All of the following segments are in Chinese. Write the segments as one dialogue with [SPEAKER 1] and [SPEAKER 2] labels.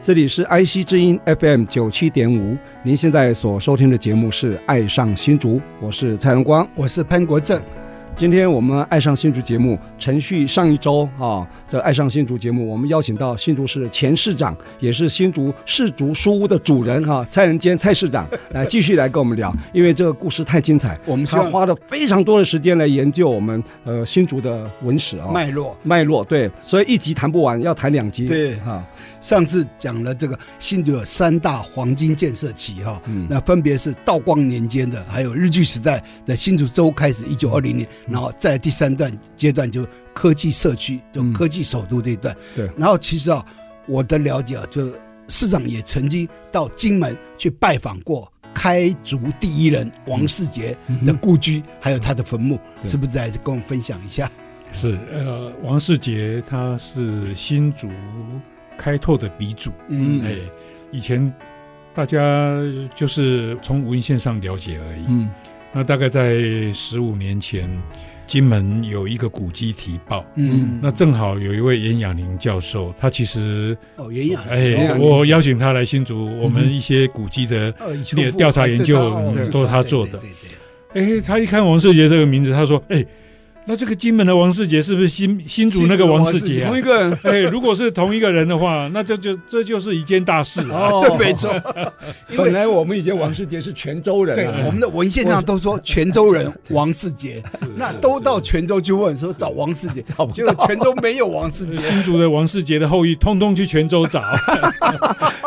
[SPEAKER 1] 这里是 IC 之音 FM 九七点五，您现在所收听的节目是《爱上新竹》，我是蔡荣光。
[SPEAKER 2] 我是潘国正，
[SPEAKER 1] 今天我们《爱上新竹》节目程序上一周啊，这《爱上新竹》节目，我们邀请到新竹市前市长，也是新竹市竹书屋的主人哈、蔡仁坚蔡市 长来继续来跟我们聊，因为这个故事太精彩，
[SPEAKER 2] 我们需
[SPEAKER 1] 他
[SPEAKER 2] 要
[SPEAKER 1] 花了非常多的时间来研究我们呃新竹的文史啊。
[SPEAKER 2] 脉络。
[SPEAKER 1] 脉络对，所以一集谈不完，要谈两集。啊
[SPEAKER 2] 对
[SPEAKER 1] 哈，
[SPEAKER 2] 上次讲了这个新竹有三大黄金建设期哈、
[SPEAKER 1] 嗯
[SPEAKER 2] 那分别是道光年间的，还有日据时代的新竹州开始一九二零年，
[SPEAKER 1] 嗯
[SPEAKER 2] 然后在第三段阶段就科技社区，就
[SPEAKER 1] 嗯
[SPEAKER 2] 科技首都这一段。
[SPEAKER 1] 对
[SPEAKER 2] 然后其实啊，我的了解啊，就市长也曾经到金门去拜访过开竹第一人王世杰的故
[SPEAKER 1] 嗯
[SPEAKER 2] 居，还有他的坟墓，
[SPEAKER 1] 对
[SPEAKER 2] 是不是来跟我们分享一下？
[SPEAKER 3] 是呃，王世杰他是新竹开拓的鼻祖，
[SPEAKER 1] 嗯
[SPEAKER 3] 哎，以前大家就是从文献上了解而已。
[SPEAKER 1] 嗯
[SPEAKER 3] 那大概在十五年前，金门有一个古迹提报，
[SPEAKER 1] 嗯
[SPEAKER 3] 那正好有一位严雅玲教授，他其实
[SPEAKER 2] 哦，袁雅，
[SPEAKER 3] 哎，
[SPEAKER 1] 啊雅玲
[SPEAKER 3] 我邀请他来新竹，我
[SPEAKER 1] 嗯
[SPEAKER 3] 们
[SPEAKER 1] 哼
[SPEAKER 3] 一些古迹的
[SPEAKER 2] 呃，以
[SPEAKER 3] 列
[SPEAKER 2] 前
[SPEAKER 3] 调查研究嗯都是他做的哎，他一看王世杰这个名字，他说：“哎，那这个金门的王世杰是不是新新竹那个王世杰啊
[SPEAKER 1] 同一个人？”
[SPEAKER 3] 哎，如果是同一个人的话，那这就这就是一件大事 啊！
[SPEAKER 1] 哦，
[SPEAKER 2] 对，没错，因
[SPEAKER 1] 本
[SPEAKER 2] 为
[SPEAKER 1] 来我们以前王世杰是泉州人、
[SPEAKER 2] 对
[SPEAKER 1] 啊，
[SPEAKER 2] 我们的文献上都说泉州人王世杰，
[SPEAKER 3] 是
[SPEAKER 2] 那
[SPEAKER 3] 是
[SPEAKER 2] 都到
[SPEAKER 3] 是
[SPEAKER 2] 泉州去问说找王世杰，结果泉州没有王世杰。
[SPEAKER 3] 新竹的王世杰的后裔，通通去 泉州找。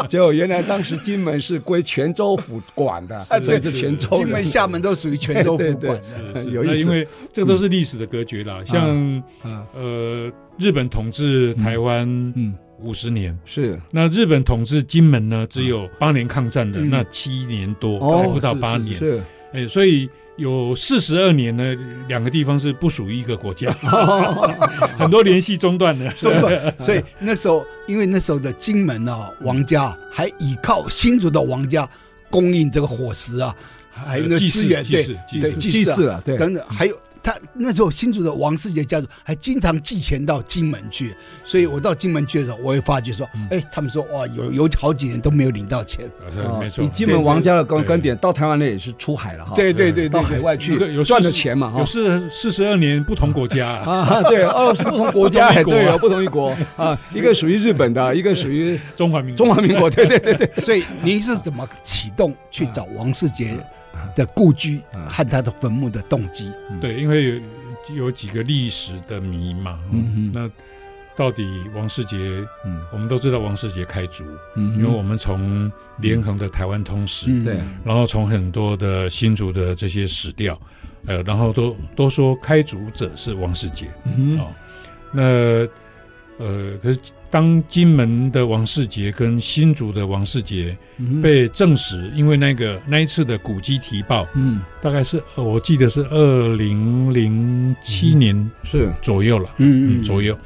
[SPEAKER 1] 结果原来当时金门是归泉州府管的，
[SPEAKER 2] 哎
[SPEAKER 1] 所以
[SPEAKER 2] 对
[SPEAKER 1] 是泉州人。
[SPEAKER 2] 金门、厦门都属于泉州府管的。
[SPEAKER 3] 是是
[SPEAKER 1] 有
[SPEAKER 3] 那
[SPEAKER 1] 意思嗯
[SPEAKER 3] 因为这都是历史的隔绝啦。像
[SPEAKER 1] 啊，
[SPEAKER 3] 呃，日本统治台湾
[SPEAKER 1] 嗯，
[SPEAKER 3] 五十年，
[SPEAKER 1] 是
[SPEAKER 3] 那日本统治金门呢，只有八年抗战的
[SPEAKER 1] 嗯
[SPEAKER 3] 那七年多，
[SPEAKER 1] 哦
[SPEAKER 3] 还不到
[SPEAKER 2] 是
[SPEAKER 3] 八
[SPEAKER 2] 是
[SPEAKER 3] 年。
[SPEAKER 1] 是，
[SPEAKER 3] 哎，所以有四十二年呢，两个地方是不属于一个国家，
[SPEAKER 1] 哦
[SPEAKER 3] 很多联系中断的。
[SPEAKER 2] 中国，所以那时候，因为那时候的金门啊，王家还依靠新竹的王家供应这个伙食啊，还有那个
[SPEAKER 3] 祭
[SPEAKER 2] 资
[SPEAKER 3] 祀
[SPEAKER 2] 源，
[SPEAKER 3] 祭
[SPEAKER 2] 对
[SPEAKER 3] 祀祭
[SPEAKER 2] 对，
[SPEAKER 3] 祀
[SPEAKER 2] 祭祀啊
[SPEAKER 1] 了，对，
[SPEAKER 2] 等等，还有他那时候新竹的王世杰家族还经常寄钱到金门去，所以我到金门去的时候，我也发觉说，
[SPEAKER 3] 嗯
[SPEAKER 2] 哎，他们说哇，有有好几年都没有领到钱，
[SPEAKER 3] 呃没错
[SPEAKER 1] 哦以，金门王家的观
[SPEAKER 3] 对对
[SPEAKER 1] 观点，到台湾那也是出海了哈，，
[SPEAKER 2] 对对
[SPEAKER 3] 啊对
[SPEAKER 2] 对
[SPEAKER 1] 到
[SPEAKER 2] 对
[SPEAKER 1] 海
[SPEAKER 2] 对，
[SPEAKER 1] 外
[SPEAKER 3] 有个
[SPEAKER 1] 去
[SPEAKER 3] 有
[SPEAKER 1] 赚了
[SPEAKER 3] 四十
[SPEAKER 1] 钱啊嘛哈
[SPEAKER 3] 有。四四十二年不同国家啊，
[SPEAKER 1] 啊，对，哦，是不同国家，
[SPEAKER 3] 不同一国
[SPEAKER 1] 对，有不同一国啊，一个属于日本的，一个属于
[SPEAKER 3] 中华民
[SPEAKER 1] 中
[SPEAKER 3] 国。
[SPEAKER 1] 华民国，对对对 对，
[SPEAKER 2] 所以您是怎么启动去找
[SPEAKER 3] 啊
[SPEAKER 2] 王世杰的故居和他的坟墓的动机？
[SPEAKER 3] 对，因为有有几个历史的迷嘛。
[SPEAKER 1] 嗯嗯
[SPEAKER 3] 那到底王世杰，
[SPEAKER 1] 嗯
[SPEAKER 3] 我们都知道王世杰开族，
[SPEAKER 1] 嗯
[SPEAKER 3] 因为我们从联横的《台湾通史》
[SPEAKER 1] 嗯对，
[SPEAKER 3] 然后从很多的新竹的这些史料，呃，然后都都说开族者是王世杰。
[SPEAKER 1] 嗯
[SPEAKER 3] 哦，那呃，可是当金门的王世杰跟新竹的王世杰
[SPEAKER 1] 嗯
[SPEAKER 3] 被证实，因为那个那一次的古迹提报，
[SPEAKER 1] 嗯
[SPEAKER 3] 大概是呃我记得是二零零
[SPEAKER 1] 嗯
[SPEAKER 3] 七年
[SPEAKER 1] 是
[SPEAKER 3] 左右了，
[SPEAKER 2] 嗯
[SPEAKER 3] 嗯，左右。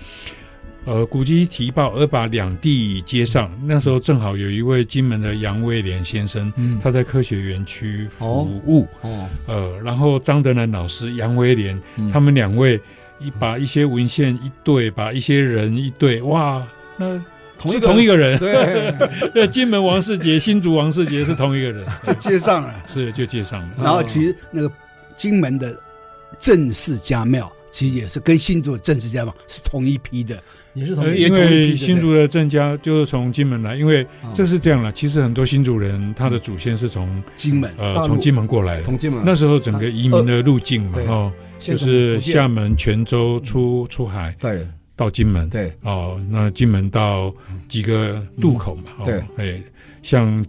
[SPEAKER 3] 呃，古迹提报，而把两地接上。那时候正好有一位金门的杨卫廉先生，
[SPEAKER 1] 嗯
[SPEAKER 3] 他在科学园区服务，
[SPEAKER 1] 哦
[SPEAKER 3] 呃，然后张德南老师、杨威廉、
[SPEAKER 1] 嗯
[SPEAKER 3] 他们两位一把一些文献一对，把一些人一对，哇，那是同一
[SPEAKER 1] 个
[SPEAKER 3] 个 人，
[SPEAKER 1] 对，
[SPEAKER 3] 对，金门王世杰、新竹王世杰是同一个人，
[SPEAKER 2] 就接上了。
[SPEAKER 3] 是就介绍了。
[SPEAKER 2] 然后其实那个金门的郑氏家庙，其实也是跟新竹的郑氏家庙是同一批的。
[SPEAKER 1] 也是
[SPEAKER 3] 呃
[SPEAKER 2] 一
[SPEAKER 3] 因
[SPEAKER 2] 同一批
[SPEAKER 3] 为
[SPEAKER 2] 的
[SPEAKER 3] 新竹的郑家就是从金门来，因为这
[SPEAKER 1] 是
[SPEAKER 3] 是这样了。其实很多新竹人他的祖先是从
[SPEAKER 2] 金门
[SPEAKER 3] 呃
[SPEAKER 1] 大陆
[SPEAKER 3] 从金门过来的，
[SPEAKER 1] 同进门，
[SPEAKER 3] 那时候整个移民的路径嘛
[SPEAKER 1] 对，
[SPEAKER 3] 哦，
[SPEAKER 1] 现
[SPEAKER 3] 就
[SPEAKER 1] 在
[SPEAKER 3] 是
[SPEAKER 1] 福建
[SPEAKER 3] 厦门、泉州
[SPEAKER 1] 嗯
[SPEAKER 3] 出出海
[SPEAKER 1] 对
[SPEAKER 3] 到金门，
[SPEAKER 1] 对
[SPEAKER 3] 哦，那金门到几个渡口嘛，
[SPEAKER 1] 嗯
[SPEAKER 3] 哦，哎，像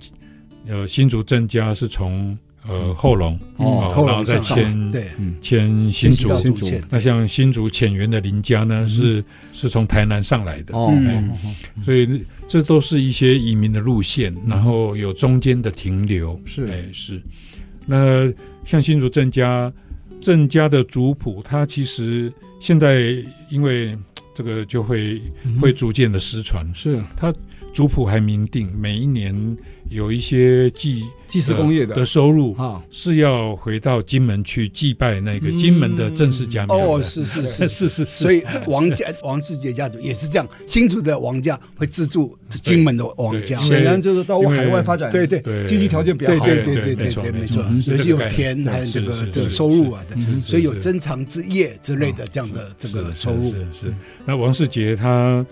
[SPEAKER 3] 呃新竹郑家是从呃后龙，
[SPEAKER 2] 哦
[SPEAKER 3] 哦
[SPEAKER 2] 后龙
[SPEAKER 3] 然后再
[SPEAKER 2] 上岛
[SPEAKER 3] 迁
[SPEAKER 2] 对
[SPEAKER 3] 迁新竹
[SPEAKER 2] 到。嗯
[SPEAKER 1] 新
[SPEAKER 2] 竹
[SPEAKER 1] 竹
[SPEAKER 2] 堑，
[SPEAKER 3] 那像新竹浅园的林家呢，是是从台南上来的，
[SPEAKER 1] 哦
[SPEAKER 2] 嗯
[SPEAKER 3] 所以这都是一些移民的路线，然后有中间的停留，
[SPEAKER 1] 是
[SPEAKER 3] 哎是。那像新竹郑家，郑家的族谱，它其实现在因为这个就会会逐渐的失传，
[SPEAKER 1] 是
[SPEAKER 3] 族谱还明定，每一年有一些祭呃
[SPEAKER 1] 祭祀工业的
[SPEAKER 3] 的收入
[SPEAKER 1] 啊，
[SPEAKER 3] 是要回到金门去祭拜那个金门的郑氏家庙的
[SPEAKER 2] 哦，是是 是
[SPEAKER 3] 是是是，
[SPEAKER 2] 所以王家王世杰家族也是这样，新竹的王家会资助金门的王家，
[SPEAKER 3] 对
[SPEAKER 1] 显然就是到
[SPEAKER 3] 因为
[SPEAKER 1] 海外发展，
[SPEAKER 2] 对对
[SPEAKER 3] 对
[SPEAKER 1] 经济条件比较
[SPEAKER 2] 对
[SPEAKER 1] 好，
[SPEAKER 2] 对
[SPEAKER 3] 对
[SPEAKER 2] 对
[SPEAKER 3] 对
[SPEAKER 2] 对
[SPEAKER 3] 没错
[SPEAKER 2] 对，没
[SPEAKER 3] 没
[SPEAKER 2] 错
[SPEAKER 3] 错，
[SPEAKER 2] 尤
[SPEAKER 3] 是
[SPEAKER 2] 其
[SPEAKER 3] 这个
[SPEAKER 2] 有
[SPEAKER 3] 概念
[SPEAKER 2] 田，还有这
[SPEAKER 3] 是
[SPEAKER 2] 个
[SPEAKER 3] 是
[SPEAKER 2] 这个
[SPEAKER 3] 是
[SPEAKER 2] 收入啊的，
[SPEAKER 3] 是
[SPEAKER 2] 所以有
[SPEAKER 3] 是嗯
[SPEAKER 2] 珍藏之夜之类的这样的这个收入
[SPEAKER 3] 是，是
[SPEAKER 1] 嗯
[SPEAKER 3] 是那王世杰他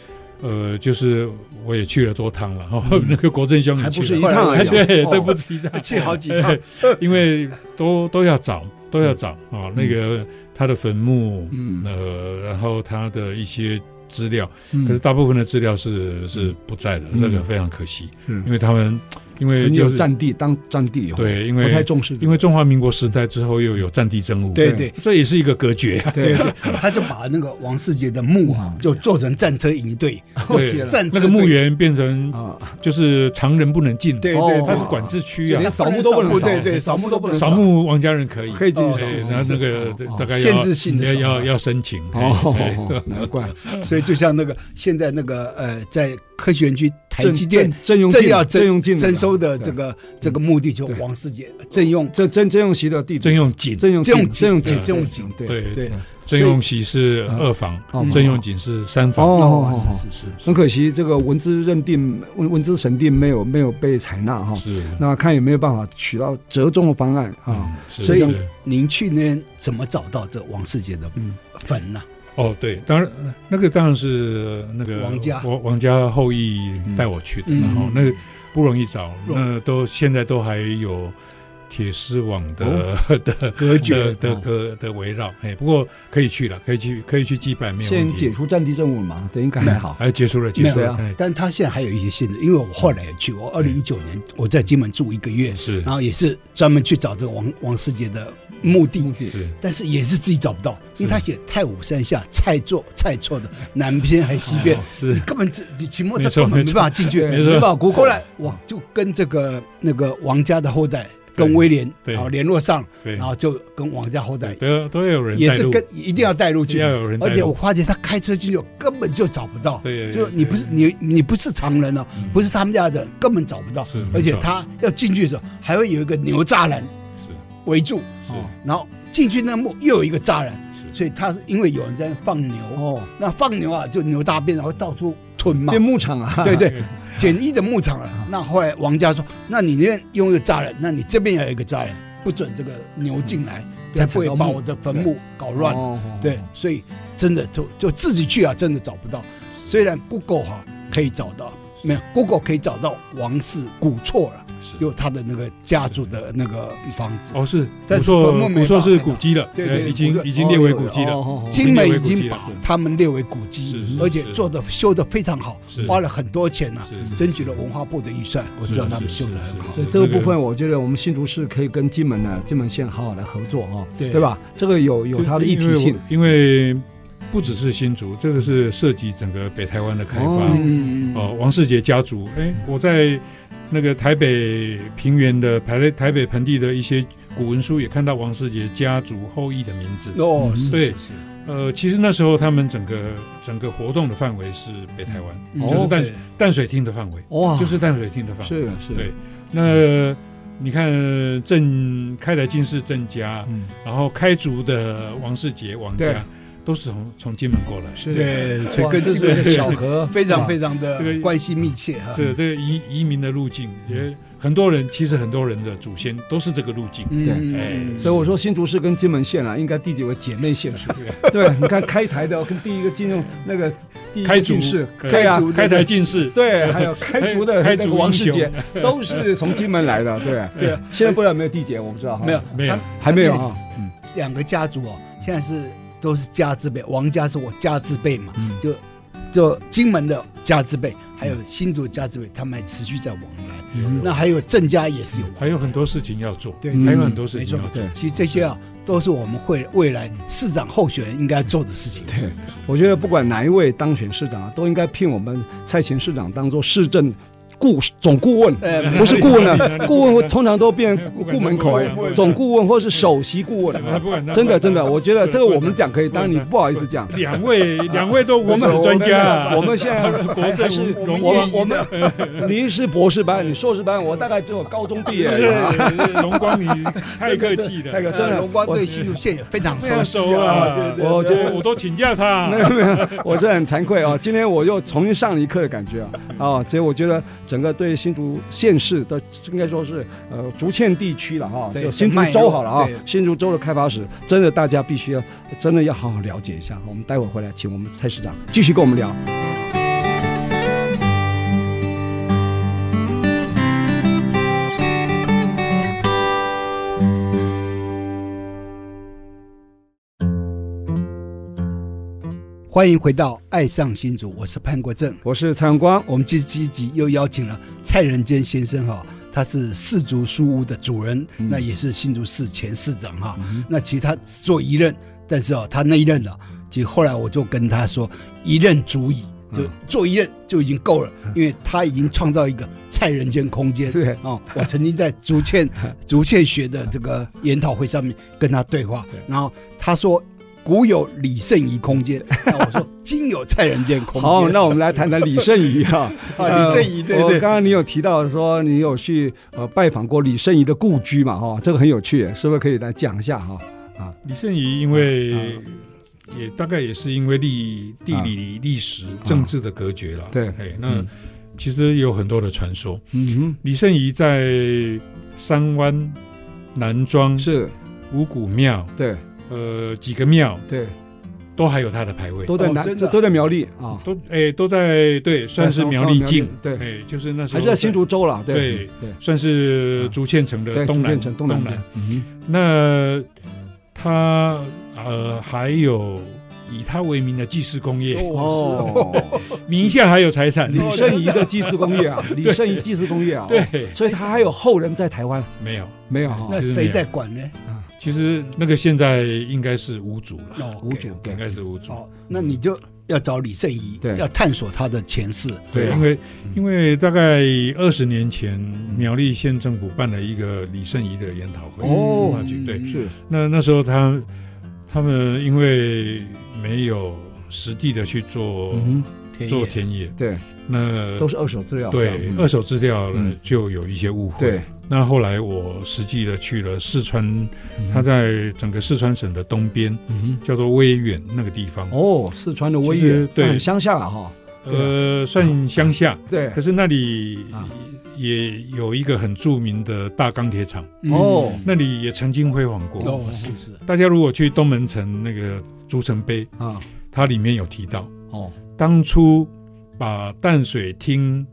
[SPEAKER 3] 呃，就是我也去了多趟了哈， 那个国政兄也
[SPEAKER 1] 嗯还
[SPEAKER 3] 去
[SPEAKER 1] 不是一
[SPEAKER 3] 了
[SPEAKER 1] 趟而已，
[SPEAKER 3] 嗯
[SPEAKER 1] 哦
[SPEAKER 3] 对，对不
[SPEAKER 1] 起，
[SPEAKER 3] 起 他，
[SPEAKER 2] 去好几趟，
[SPEAKER 3] 因为都都要找，都要找啊。那个他的坟墓，
[SPEAKER 1] 嗯
[SPEAKER 3] 呃，然后他的一些资料，
[SPEAKER 1] 嗯
[SPEAKER 3] 可是大部分的资料是是不在的，
[SPEAKER 1] 嗯
[SPEAKER 3] 这个非常可惜，
[SPEAKER 1] 是
[SPEAKER 3] 因为他们因为
[SPEAKER 1] 曾经
[SPEAKER 3] 就
[SPEAKER 1] 有
[SPEAKER 3] 是
[SPEAKER 1] 战地当战地以后，
[SPEAKER 3] 对，因
[SPEAKER 1] 不太
[SPEAKER 3] 为
[SPEAKER 1] 重视这个，
[SPEAKER 3] 因为中华民国时代之后又有战地政务，
[SPEAKER 2] 对对。
[SPEAKER 3] 这也是一个隔 绝啊。
[SPEAKER 2] 对，对，他就把那个王世杰的墓啊，就做成战车营队，
[SPEAKER 1] 我
[SPEAKER 3] 嗯 对
[SPEAKER 1] 天啊
[SPEAKER 2] 战车
[SPEAKER 3] 那个墓
[SPEAKER 2] 队
[SPEAKER 3] 园变成
[SPEAKER 1] 啊，
[SPEAKER 3] 就是常人不能进，
[SPEAKER 2] 对
[SPEAKER 1] 哦
[SPEAKER 2] 对，对
[SPEAKER 3] 它是管制区啊
[SPEAKER 1] 连，扫墓都不能扫，
[SPEAKER 2] 对对
[SPEAKER 1] 扫墓都不能
[SPEAKER 3] 扫墓王家人可以，
[SPEAKER 1] 可以进
[SPEAKER 2] 哦
[SPEAKER 1] 去
[SPEAKER 3] 对
[SPEAKER 2] 是
[SPEAKER 3] 然后那个
[SPEAKER 1] 是
[SPEAKER 3] 大概要
[SPEAKER 2] 哦限制性的
[SPEAKER 3] 要
[SPEAKER 2] 扫
[SPEAKER 3] 要
[SPEAKER 2] 嘛
[SPEAKER 3] 要申请嘿嘿
[SPEAKER 1] 哦，难怪
[SPEAKER 2] 所以就像那个现在那个呃，在科学园区台积电
[SPEAKER 1] 郑郑用
[SPEAKER 2] 正要
[SPEAKER 1] 进郑用进
[SPEAKER 2] 征收的这个这个目的，就
[SPEAKER 1] 对
[SPEAKER 2] 王世杰征用
[SPEAKER 1] 郑郑郑用锡的弟弟
[SPEAKER 3] 征用锦，
[SPEAKER 1] 郑用
[SPEAKER 2] 征用
[SPEAKER 1] 郑用
[SPEAKER 2] 对
[SPEAKER 1] 进
[SPEAKER 2] 征用井，对
[SPEAKER 3] 对
[SPEAKER 2] 对，
[SPEAKER 3] 郑用喜是
[SPEAKER 2] 嗯
[SPEAKER 3] 二房
[SPEAKER 1] 哦，
[SPEAKER 3] 郑用景是三房。
[SPEAKER 1] 哦，
[SPEAKER 2] 是是是，
[SPEAKER 1] 很可惜，这个文字认定文文字审定没有没有被采纳哈，
[SPEAKER 3] 是，
[SPEAKER 2] 哦
[SPEAKER 1] 那看有没有办法取到折中的方案啊。
[SPEAKER 3] 嗯，是
[SPEAKER 2] 所以
[SPEAKER 3] 是
[SPEAKER 2] 您去年怎么找到这王世杰的
[SPEAKER 1] 嗯
[SPEAKER 2] 坟呢？
[SPEAKER 3] 哦，对，当然那个当然是那个
[SPEAKER 2] 王家
[SPEAKER 3] 王王家后裔带我去的，
[SPEAKER 2] 嗯
[SPEAKER 3] 然后那个不容易找，
[SPEAKER 2] 不容
[SPEAKER 3] 那都现在都还有铁丝网 的的
[SPEAKER 2] 隔哦
[SPEAKER 3] 的
[SPEAKER 2] 绝
[SPEAKER 3] 的隔的围绕，哎，不过可以去了，可以去可以去祭拜，没有
[SPEAKER 1] 现
[SPEAKER 3] 问
[SPEAKER 1] 在解
[SPEAKER 3] 题。
[SPEAKER 1] 除战地任务了嘛，这应该还好。
[SPEAKER 3] 哎，结束了，结
[SPEAKER 2] 没
[SPEAKER 3] 束
[SPEAKER 1] 有
[SPEAKER 3] 了
[SPEAKER 1] 啊，
[SPEAKER 3] 哎
[SPEAKER 2] 但他现在还有一些新的，因为我后来也去，我二零一九年我在金门住一个月，
[SPEAKER 3] 是
[SPEAKER 2] 然后也是专门去找这个王王世杰的墓地，
[SPEAKER 3] 是，
[SPEAKER 2] 但是也是自己找不到，因为他写太武山下蔡厝蔡厝的南边还西边
[SPEAKER 3] 哦，是
[SPEAKER 2] 你根本这你秦末这
[SPEAKER 3] 没错
[SPEAKER 2] 根本
[SPEAKER 3] 没
[SPEAKER 2] 没
[SPEAKER 3] 错
[SPEAKER 2] 办法进去。
[SPEAKER 3] 没错嗯
[SPEAKER 1] 法谷
[SPEAKER 2] 后来我就跟这个那个王家的后代跟
[SPEAKER 3] 对
[SPEAKER 2] 威廉
[SPEAKER 3] 对
[SPEAKER 2] 然后联络上，
[SPEAKER 3] 对
[SPEAKER 2] 然，后就跟王家后代
[SPEAKER 3] 都都要有人
[SPEAKER 2] 也
[SPEAKER 3] 带
[SPEAKER 2] 是
[SPEAKER 3] 路，
[SPEAKER 2] 跟一定要带路去，
[SPEAKER 3] 要有人带
[SPEAKER 2] 而且我
[SPEAKER 3] 路，
[SPEAKER 2] 发现他开车进去根本就找不到，
[SPEAKER 3] 对，
[SPEAKER 2] 就
[SPEAKER 3] 对
[SPEAKER 2] 你不是你你不是常人哦，
[SPEAKER 3] 嗯
[SPEAKER 2] 不是他们家的人根本找不到，
[SPEAKER 3] 是，
[SPEAKER 2] 而
[SPEAKER 3] 没
[SPEAKER 2] 且
[SPEAKER 3] 错
[SPEAKER 2] 他要进去的时候还会有一个牛栅栏
[SPEAKER 3] 是
[SPEAKER 2] 围住，
[SPEAKER 3] 是
[SPEAKER 1] 哦
[SPEAKER 2] 然后进去那墓又有一个栅栏，
[SPEAKER 3] 是
[SPEAKER 2] 所以他是因为有人在那放牛，
[SPEAKER 1] 哦，
[SPEAKER 2] 那放牛啊就牛大便然后到处吞
[SPEAKER 3] 嗯
[SPEAKER 2] 嘛
[SPEAKER 1] 变，牧场 啊，
[SPEAKER 2] 对对，简易的牧场了。那后来王家说，那你宁愿用一个栅栏，那你这边也有一个栅栏，不准这个牛进来，
[SPEAKER 1] 不要
[SPEAKER 2] 才不会
[SPEAKER 1] 踩到
[SPEAKER 2] 把
[SPEAKER 1] 墓
[SPEAKER 2] 我的坟
[SPEAKER 3] 嗯
[SPEAKER 2] 墓搞乱。
[SPEAKER 1] 哦，
[SPEAKER 2] 对，所以真的就就自己去啊，真的找不到。虽然 Google 哈、可以找到，没有 Google 可以找到王氏古厝了，
[SPEAKER 3] 是
[SPEAKER 2] 有他的那个家族的那个房子。
[SPEAKER 3] 哦，是
[SPEAKER 2] 但
[SPEAKER 3] 古
[SPEAKER 2] 是坟墓
[SPEAKER 3] 厝，
[SPEAKER 2] 没
[SPEAKER 3] 古厝
[SPEAKER 2] 办法
[SPEAKER 3] 是
[SPEAKER 2] 看到
[SPEAKER 3] 古迹了，
[SPEAKER 2] 对对
[SPEAKER 3] 呃
[SPEAKER 2] 古哦
[SPEAKER 3] 已经
[SPEAKER 2] 厝
[SPEAKER 3] 已经列为古迹了。
[SPEAKER 1] 了
[SPEAKER 2] 金门已
[SPEAKER 3] 古迹
[SPEAKER 2] 经
[SPEAKER 3] 了
[SPEAKER 2] 把
[SPEAKER 3] 对
[SPEAKER 2] 他们列为古
[SPEAKER 3] 是
[SPEAKER 2] 迹
[SPEAKER 3] 是，
[SPEAKER 2] 而且
[SPEAKER 3] 是
[SPEAKER 2] 做的修的非常好
[SPEAKER 3] 是，
[SPEAKER 2] 花了很多钱呐、
[SPEAKER 3] 是
[SPEAKER 2] 哦争取了文化部的预算，我知道他们修的很好。
[SPEAKER 1] 所以这个部分，我觉得我们新竹市可以跟金门呢、金门县好好来合作哦，
[SPEAKER 2] 对
[SPEAKER 1] 对吧？这个有有它的一体性。
[SPEAKER 3] 因为因为不只是新竹，这个是涉及整个北台湾的开发。
[SPEAKER 1] 哦
[SPEAKER 3] 哦，
[SPEAKER 1] 嗯嗯嗯
[SPEAKER 3] 王世杰家族，哎，我在那个台北平原的台台北盆地的一些古文书也看到王世杰家族后裔的名字。
[SPEAKER 2] 哦，是
[SPEAKER 3] 对
[SPEAKER 2] 是是，
[SPEAKER 3] 呃，其实那时候他们整个整个活动的范围是北台湾，
[SPEAKER 2] 嗯
[SPEAKER 3] 就是淡
[SPEAKER 2] 对
[SPEAKER 3] 淡水厅的范围，
[SPEAKER 1] 哇，
[SPEAKER 3] 哦就是淡水厅的范围。
[SPEAKER 1] 哦是是，
[SPEAKER 3] 对，那你看郑开来进士郑家，
[SPEAKER 1] 嗯，
[SPEAKER 3] 然后开族的王世杰王
[SPEAKER 1] 对
[SPEAKER 3] 家，都是从从金门过来。
[SPEAKER 1] 是，
[SPEAKER 2] 对，所以
[SPEAKER 1] 哇
[SPEAKER 2] 跟
[SPEAKER 1] 这
[SPEAKER 2] 金门
[SPEAKER 1] 是
[SPEAKER 2] 这
[SPEAKER 1] 巧
[SPEAKER 2] 是
[SPEAKER 1] 合，
[SPEAKER 2] 非常
[SPEAKER 1] 哇
[SPEAKER 2] 非常
[SPEAKER 3] 这个
[SPEAKER 2] 的关系密切哈。
[SPEAKER 3] 这这个移移民的路径，也很多人其实很多人的祖先都是这个路径。
[SPEAKER 2] 嗯，
[SPEAKER 3] 哎
[SPEAKER 1] 所以我说新竹市跟金门县啊，应该第几个姐妹县市？ 对，你看开台的跟第一个进入那个第一
[SPEAKER 3] 开
[SPEAKER 1] 个
[SPEAKER 3] 族
[SPEAKER 1] 进士，对
[SPEAKER 3] 开
[SPEAKER 1] 啊
[SPEAKER 2] 族，
[SPEAKER 3] 开台进士，
[SPEAKER 1] 对，还有开族的
[SPEAKER 3] 开
[SPEAKER 1] 那
[SPEAKER 3] 开
[SPEAKER 1] 个
[SPEAKER 3] 族
[SPEAKER 1] 王世
[SPEAKER 3] 英雄
[SPEAKER 1] 杰，都是从金门来的，对
[SPEAKER 2] 对啊。
[SPEAKER 1] 现在不知道有没有地姐，我不知道哈，
[SPEAKER 2] 没有
[SPEAKER 3] 没有
[SPEAKER 2] 他
[SPEAKER 1] 还没有啊，
[SPEAKER 2] 两个家族哦，现在是都是家字辈，王家是我家字辈嘛，
[SPEAKER 3] 嗯
[SPEAKER 2] 就就金门的家字辈，还有新竹家之北，他们还持续在往来。
[SPEAKER 3] 嗯
[SPEAKER 2] 那还有郑家也是有往来，
[SPEAKER 3] 还有很多事情要做，
[SPEAKER 2] 对，
[SPEAKER 1] 嗯
[SPEAKER 3] 还有很多事
[SPEAKER 2] 没
[SPEAKER 3] 情
[SPEAKER 2] 错
[SPEAKER 3] 要做。
[SPEAKER 1] 对
[SPEAKER 2] 其实这些啊，都是我们会未来市长候选人应该做的事情。
[SPEAKER 1] 对，我觉得不管哪一位当选市长啊，都应该聘我们蔡前市长当做市政顾总顾 问。
[SPEAKER 2] 呃，
[SPEAKER 1] 不是顾问了，
[SPEAKER 3] 对
[SPEAKER 1] 顾问通常都变
[SPEAKER 3] 对
[SPEAKER 1] 顾门口哎
[SPEAKER 3] 不管，是
[SPEAKER 1] 总顾问或是首席顾问
[SPEAKER 3] 对
[SPEAKER 1] 啊
[SPEAKER 3] 不管他
[SPEAKER 1] 真的真的，
[SPEAKER 3] 不
[SPEAKER 1] 我
[SPEAKER 3] 管
[SPEAKER 1] 觉得这个我们讲可以，
[SPEAKER 3] 不
[SPEAKER 1] 当
[SPEAKER 3] 管
[SPEAKER 1] 然你
[SPEAKER 3] 他
[SPEAKER 1] 不好意思 讲。
[SPEAKER 3] 两位两位都
[SPEAKER 1] 我
[SPEAKER 3] 文
[SPEAKER 1] 们
[SPEAKER 3] 史专家啊，
[SPEAKER 1] 我们现在
[SPEAKER 3] 国
[SPEAKER 1] 还还
[SPEAKER 3] 政
[SPEAKER 1] 是
[SPEAKER 3] 文
[SPEAKER 1] 我
[SPEAKER 3] 文
[SPEAKER 1] 们
[SPEAKER 2] 艺
[SPEAKER 1] 我们你是博士班，你硕士班，我大概只有高中毕业而已啊。
[SPEAKER 3] 对荣光你 太客气了，
[SPEAKER 1] 太客气真的
[SPEAKER 2] 呃龙光对新竹县也非常
[SPEAKER 3] 非常
[SPEAKER 2] 熟
[SPEAKER 3] 熟
[SPEAKER 2] 悉
[SPEAKER 3] 啊
[SPEAKER 2] 啊，对对
[SPEAKER 1] 我
[SPEAKER 3] 我
[SPEAKER 1] 觉得
[SPEAKER 3] 我都请假他
[SPEAKER 1] 没，有没有，我 是很惭愧啊、今天我又重新上了一课的感觉啊啊，所以我觉得整个对新竹县市的应该说是呃竹堑地区了哈、
[SPEAKER 2] 对
[SPEAKER 1] 就新竹州好了啊
[SPEAKER 2] 对，
[SPEAKER 1] 新竹州的开发史，真的大家必须要真的要好好了解一下。我们待会儿回来，请我们蔡市长继续跟我们聊。
[SPEAKER 2] 欢迎回到《爱上新竹》，我是潘国正。
[SPEAKER 1] 我是蔡阳光，
[SPEAKER 2] 我们这这一集又邀请了蔡仁坚先生哈、他是氏族书屋的主人，
[SPEAKER 1] 嗯
[SPEAKER 2] 那也是新竹市前市长哈、那其实他只做一任，但是哦，他那一任呢、其实后来我就跟他说，一任足矣，就
[SPEAKER 1] 嗯
[SPEAKER 2] 做一任就已经够了，因为他已经创造一个蔡仁坚空间。
[SPEAKER 1] 对，
[SPEAKER 2] 哦，我曾经在竹堑竹堑学的这个研讨会上面跟他对话，然后他说古有李圣仪空间，那我说今有蔡仁坚空间。哦
[SPEAKER 1] 好，那我们来谈谈李圣仪哈、
[SPEAKER 2] 啊，李圣仪对
[SPEAKER 1] 呃我
[SPEAKER 2] 对
[SPEAKER 1] 刚刚你有提到说你有去呃拜访过李圣仪的故居嘛哈、这个很有趣，是不是可以来讲一下哈、
[SPEAKER 3] 李圣仪因为呃也大概也是因为历地理、历史、政治的隔绝了。
[SPEAKER 1] 啊对
[SPEAKER 3] 哎，那
[SPEAKER 1] 嗯
[SPEAKER 3] 其实有很多的传说。
[SPEAKER 1] 嗯
[SPEAKER 3] 李圣仪在三湾、南庄
[SPEAKER 1] 哼，、是
[SPEAKER 3] 五谷庙，
[SPEAKER 1] 对
[SPEAKER 3] 呃，几个庙
[SPEAKER 1] 对。
[SPEAKER 3] 都还有他的牌位，
[SPEAKER 1] 都在
[SPEAKER 2] 哦
[SPEAKER 1] 南，
[SPEAKER 2] 真的
[SPEAKER 1] 都在苗栗啊，
[SPEAKER 3] 都哎都在对，算是苗栗境，
[SPEAKER 1] 对
[SPEAKER 3] 哎，就是那时候
[SPEAKER 1] 还是在新，竹州了，对
[SPEAKER 3] 对
[SPEAKER 1] 对
[SPEAKER 3] 算是竹堑城的
[SPEAKER 1] 对，
[SPEAKER 3] 东
[SPEAKER 1] 竹
[SPEAKER 3] 南
[SPEAKER 1] 堑城东南边，嗯
[SPEAKER 3] 那他呃还有以他为名的祭祀工业，
[SPEAKER 1] 哼，哦，
[SPEAKER 3] 名下还有财 产
[SPEAKER 1] 李，圣仪的祭祀工业 啊，李圣仪祭祀工业啊，，
[SPEAKER 3] 对，
[SPEAKER 1] 所以他还有后人在台湾
[SPEAKER 3] 没有。
[SPEAKER 1] 没有哈啊
[SPEAKER 2] 那？谁在管呢？
[SPEAKER 3] 其实那个现在应该是无主了，
[SPEAKER 2] 哦，
[SPEAKER 1] 无主
[SPEAKER 3] 应该是无主。
[SPEAKER 2] 哦，那你就要找李圣仪
[SPEAKER 1] 对，
[SPEAKER 2] 要探索他的前世。
[SPEAKER 3] 对，
[SPEAKER 1] 对啊
[SPEAKER 3] 因为
[SPEAKER 1] 嗯
[SPEAKER 3] 因为大概二十年前，苗栗县政府办了一个李圣仪的研讨会，
[SPEAKER 1] 哦
[SPEAKER 3] 文化局对，
[SPEAKER 1] 是
[SPEAKER 3] 那那时候他他们因为没有实地的去做、
[SPEAKER 1] 嗯哼，
[SPEAKER 2] 田野
[SPEAKER 3] 做田野，
[SPEAKER 1] 对，
[SPEAKER 3] 那
[SPEAKER 1] 都是二手资料，
[SPEAKER 3] 对、
[SPEAKER 1] 嗯
[SPEAKER 3] 二手资料呢
[SPEAKER 1] 嗯
[SPEAKER 3] 就有一些误会。
[SPEAKER 1] 对，
[SPEAKER 3] 那后来我实际的去了四川，
[SPEAKER 1] 嗯
[SPEAKER 3] 它
[SPEAKER 1] 哼
[SPEAKER 3] 在整个四川省的东边，
[SPEAKER 1] 嗯哼
[SPEAKER 3] 叫做威远那个地方，
[SPEAKER 1] 哦，四川的威
[SPEAKER 3] 其
[SPEAKER 1] 远
[SPEAKER 3] 实，对
[SPEAKER 1] 那很乡下啊哈，
[SPEAKER 3] 呃，算乡下，
[SPEAKER 1] 对，
[SPEAKER 3] 可是那里
[SPEAKER 1] 啊
[SPEAKER 3] 也有一个很著名的大钢铁厂，
[SPEAKER 1] 哦
[SPEAKER 3] 那里也曾经辉煌过。
[SPEAKER 2] 嗯哦，是是，
[SPEAKER 3] 大家如果去东门城那个竹城碑，
[SPEAKER 1] 啊，
[SPEAKER 3] 它里面有提到，
[SPEAKER 1] 哦，
[SPEAKER 3] 当初把淡水厅，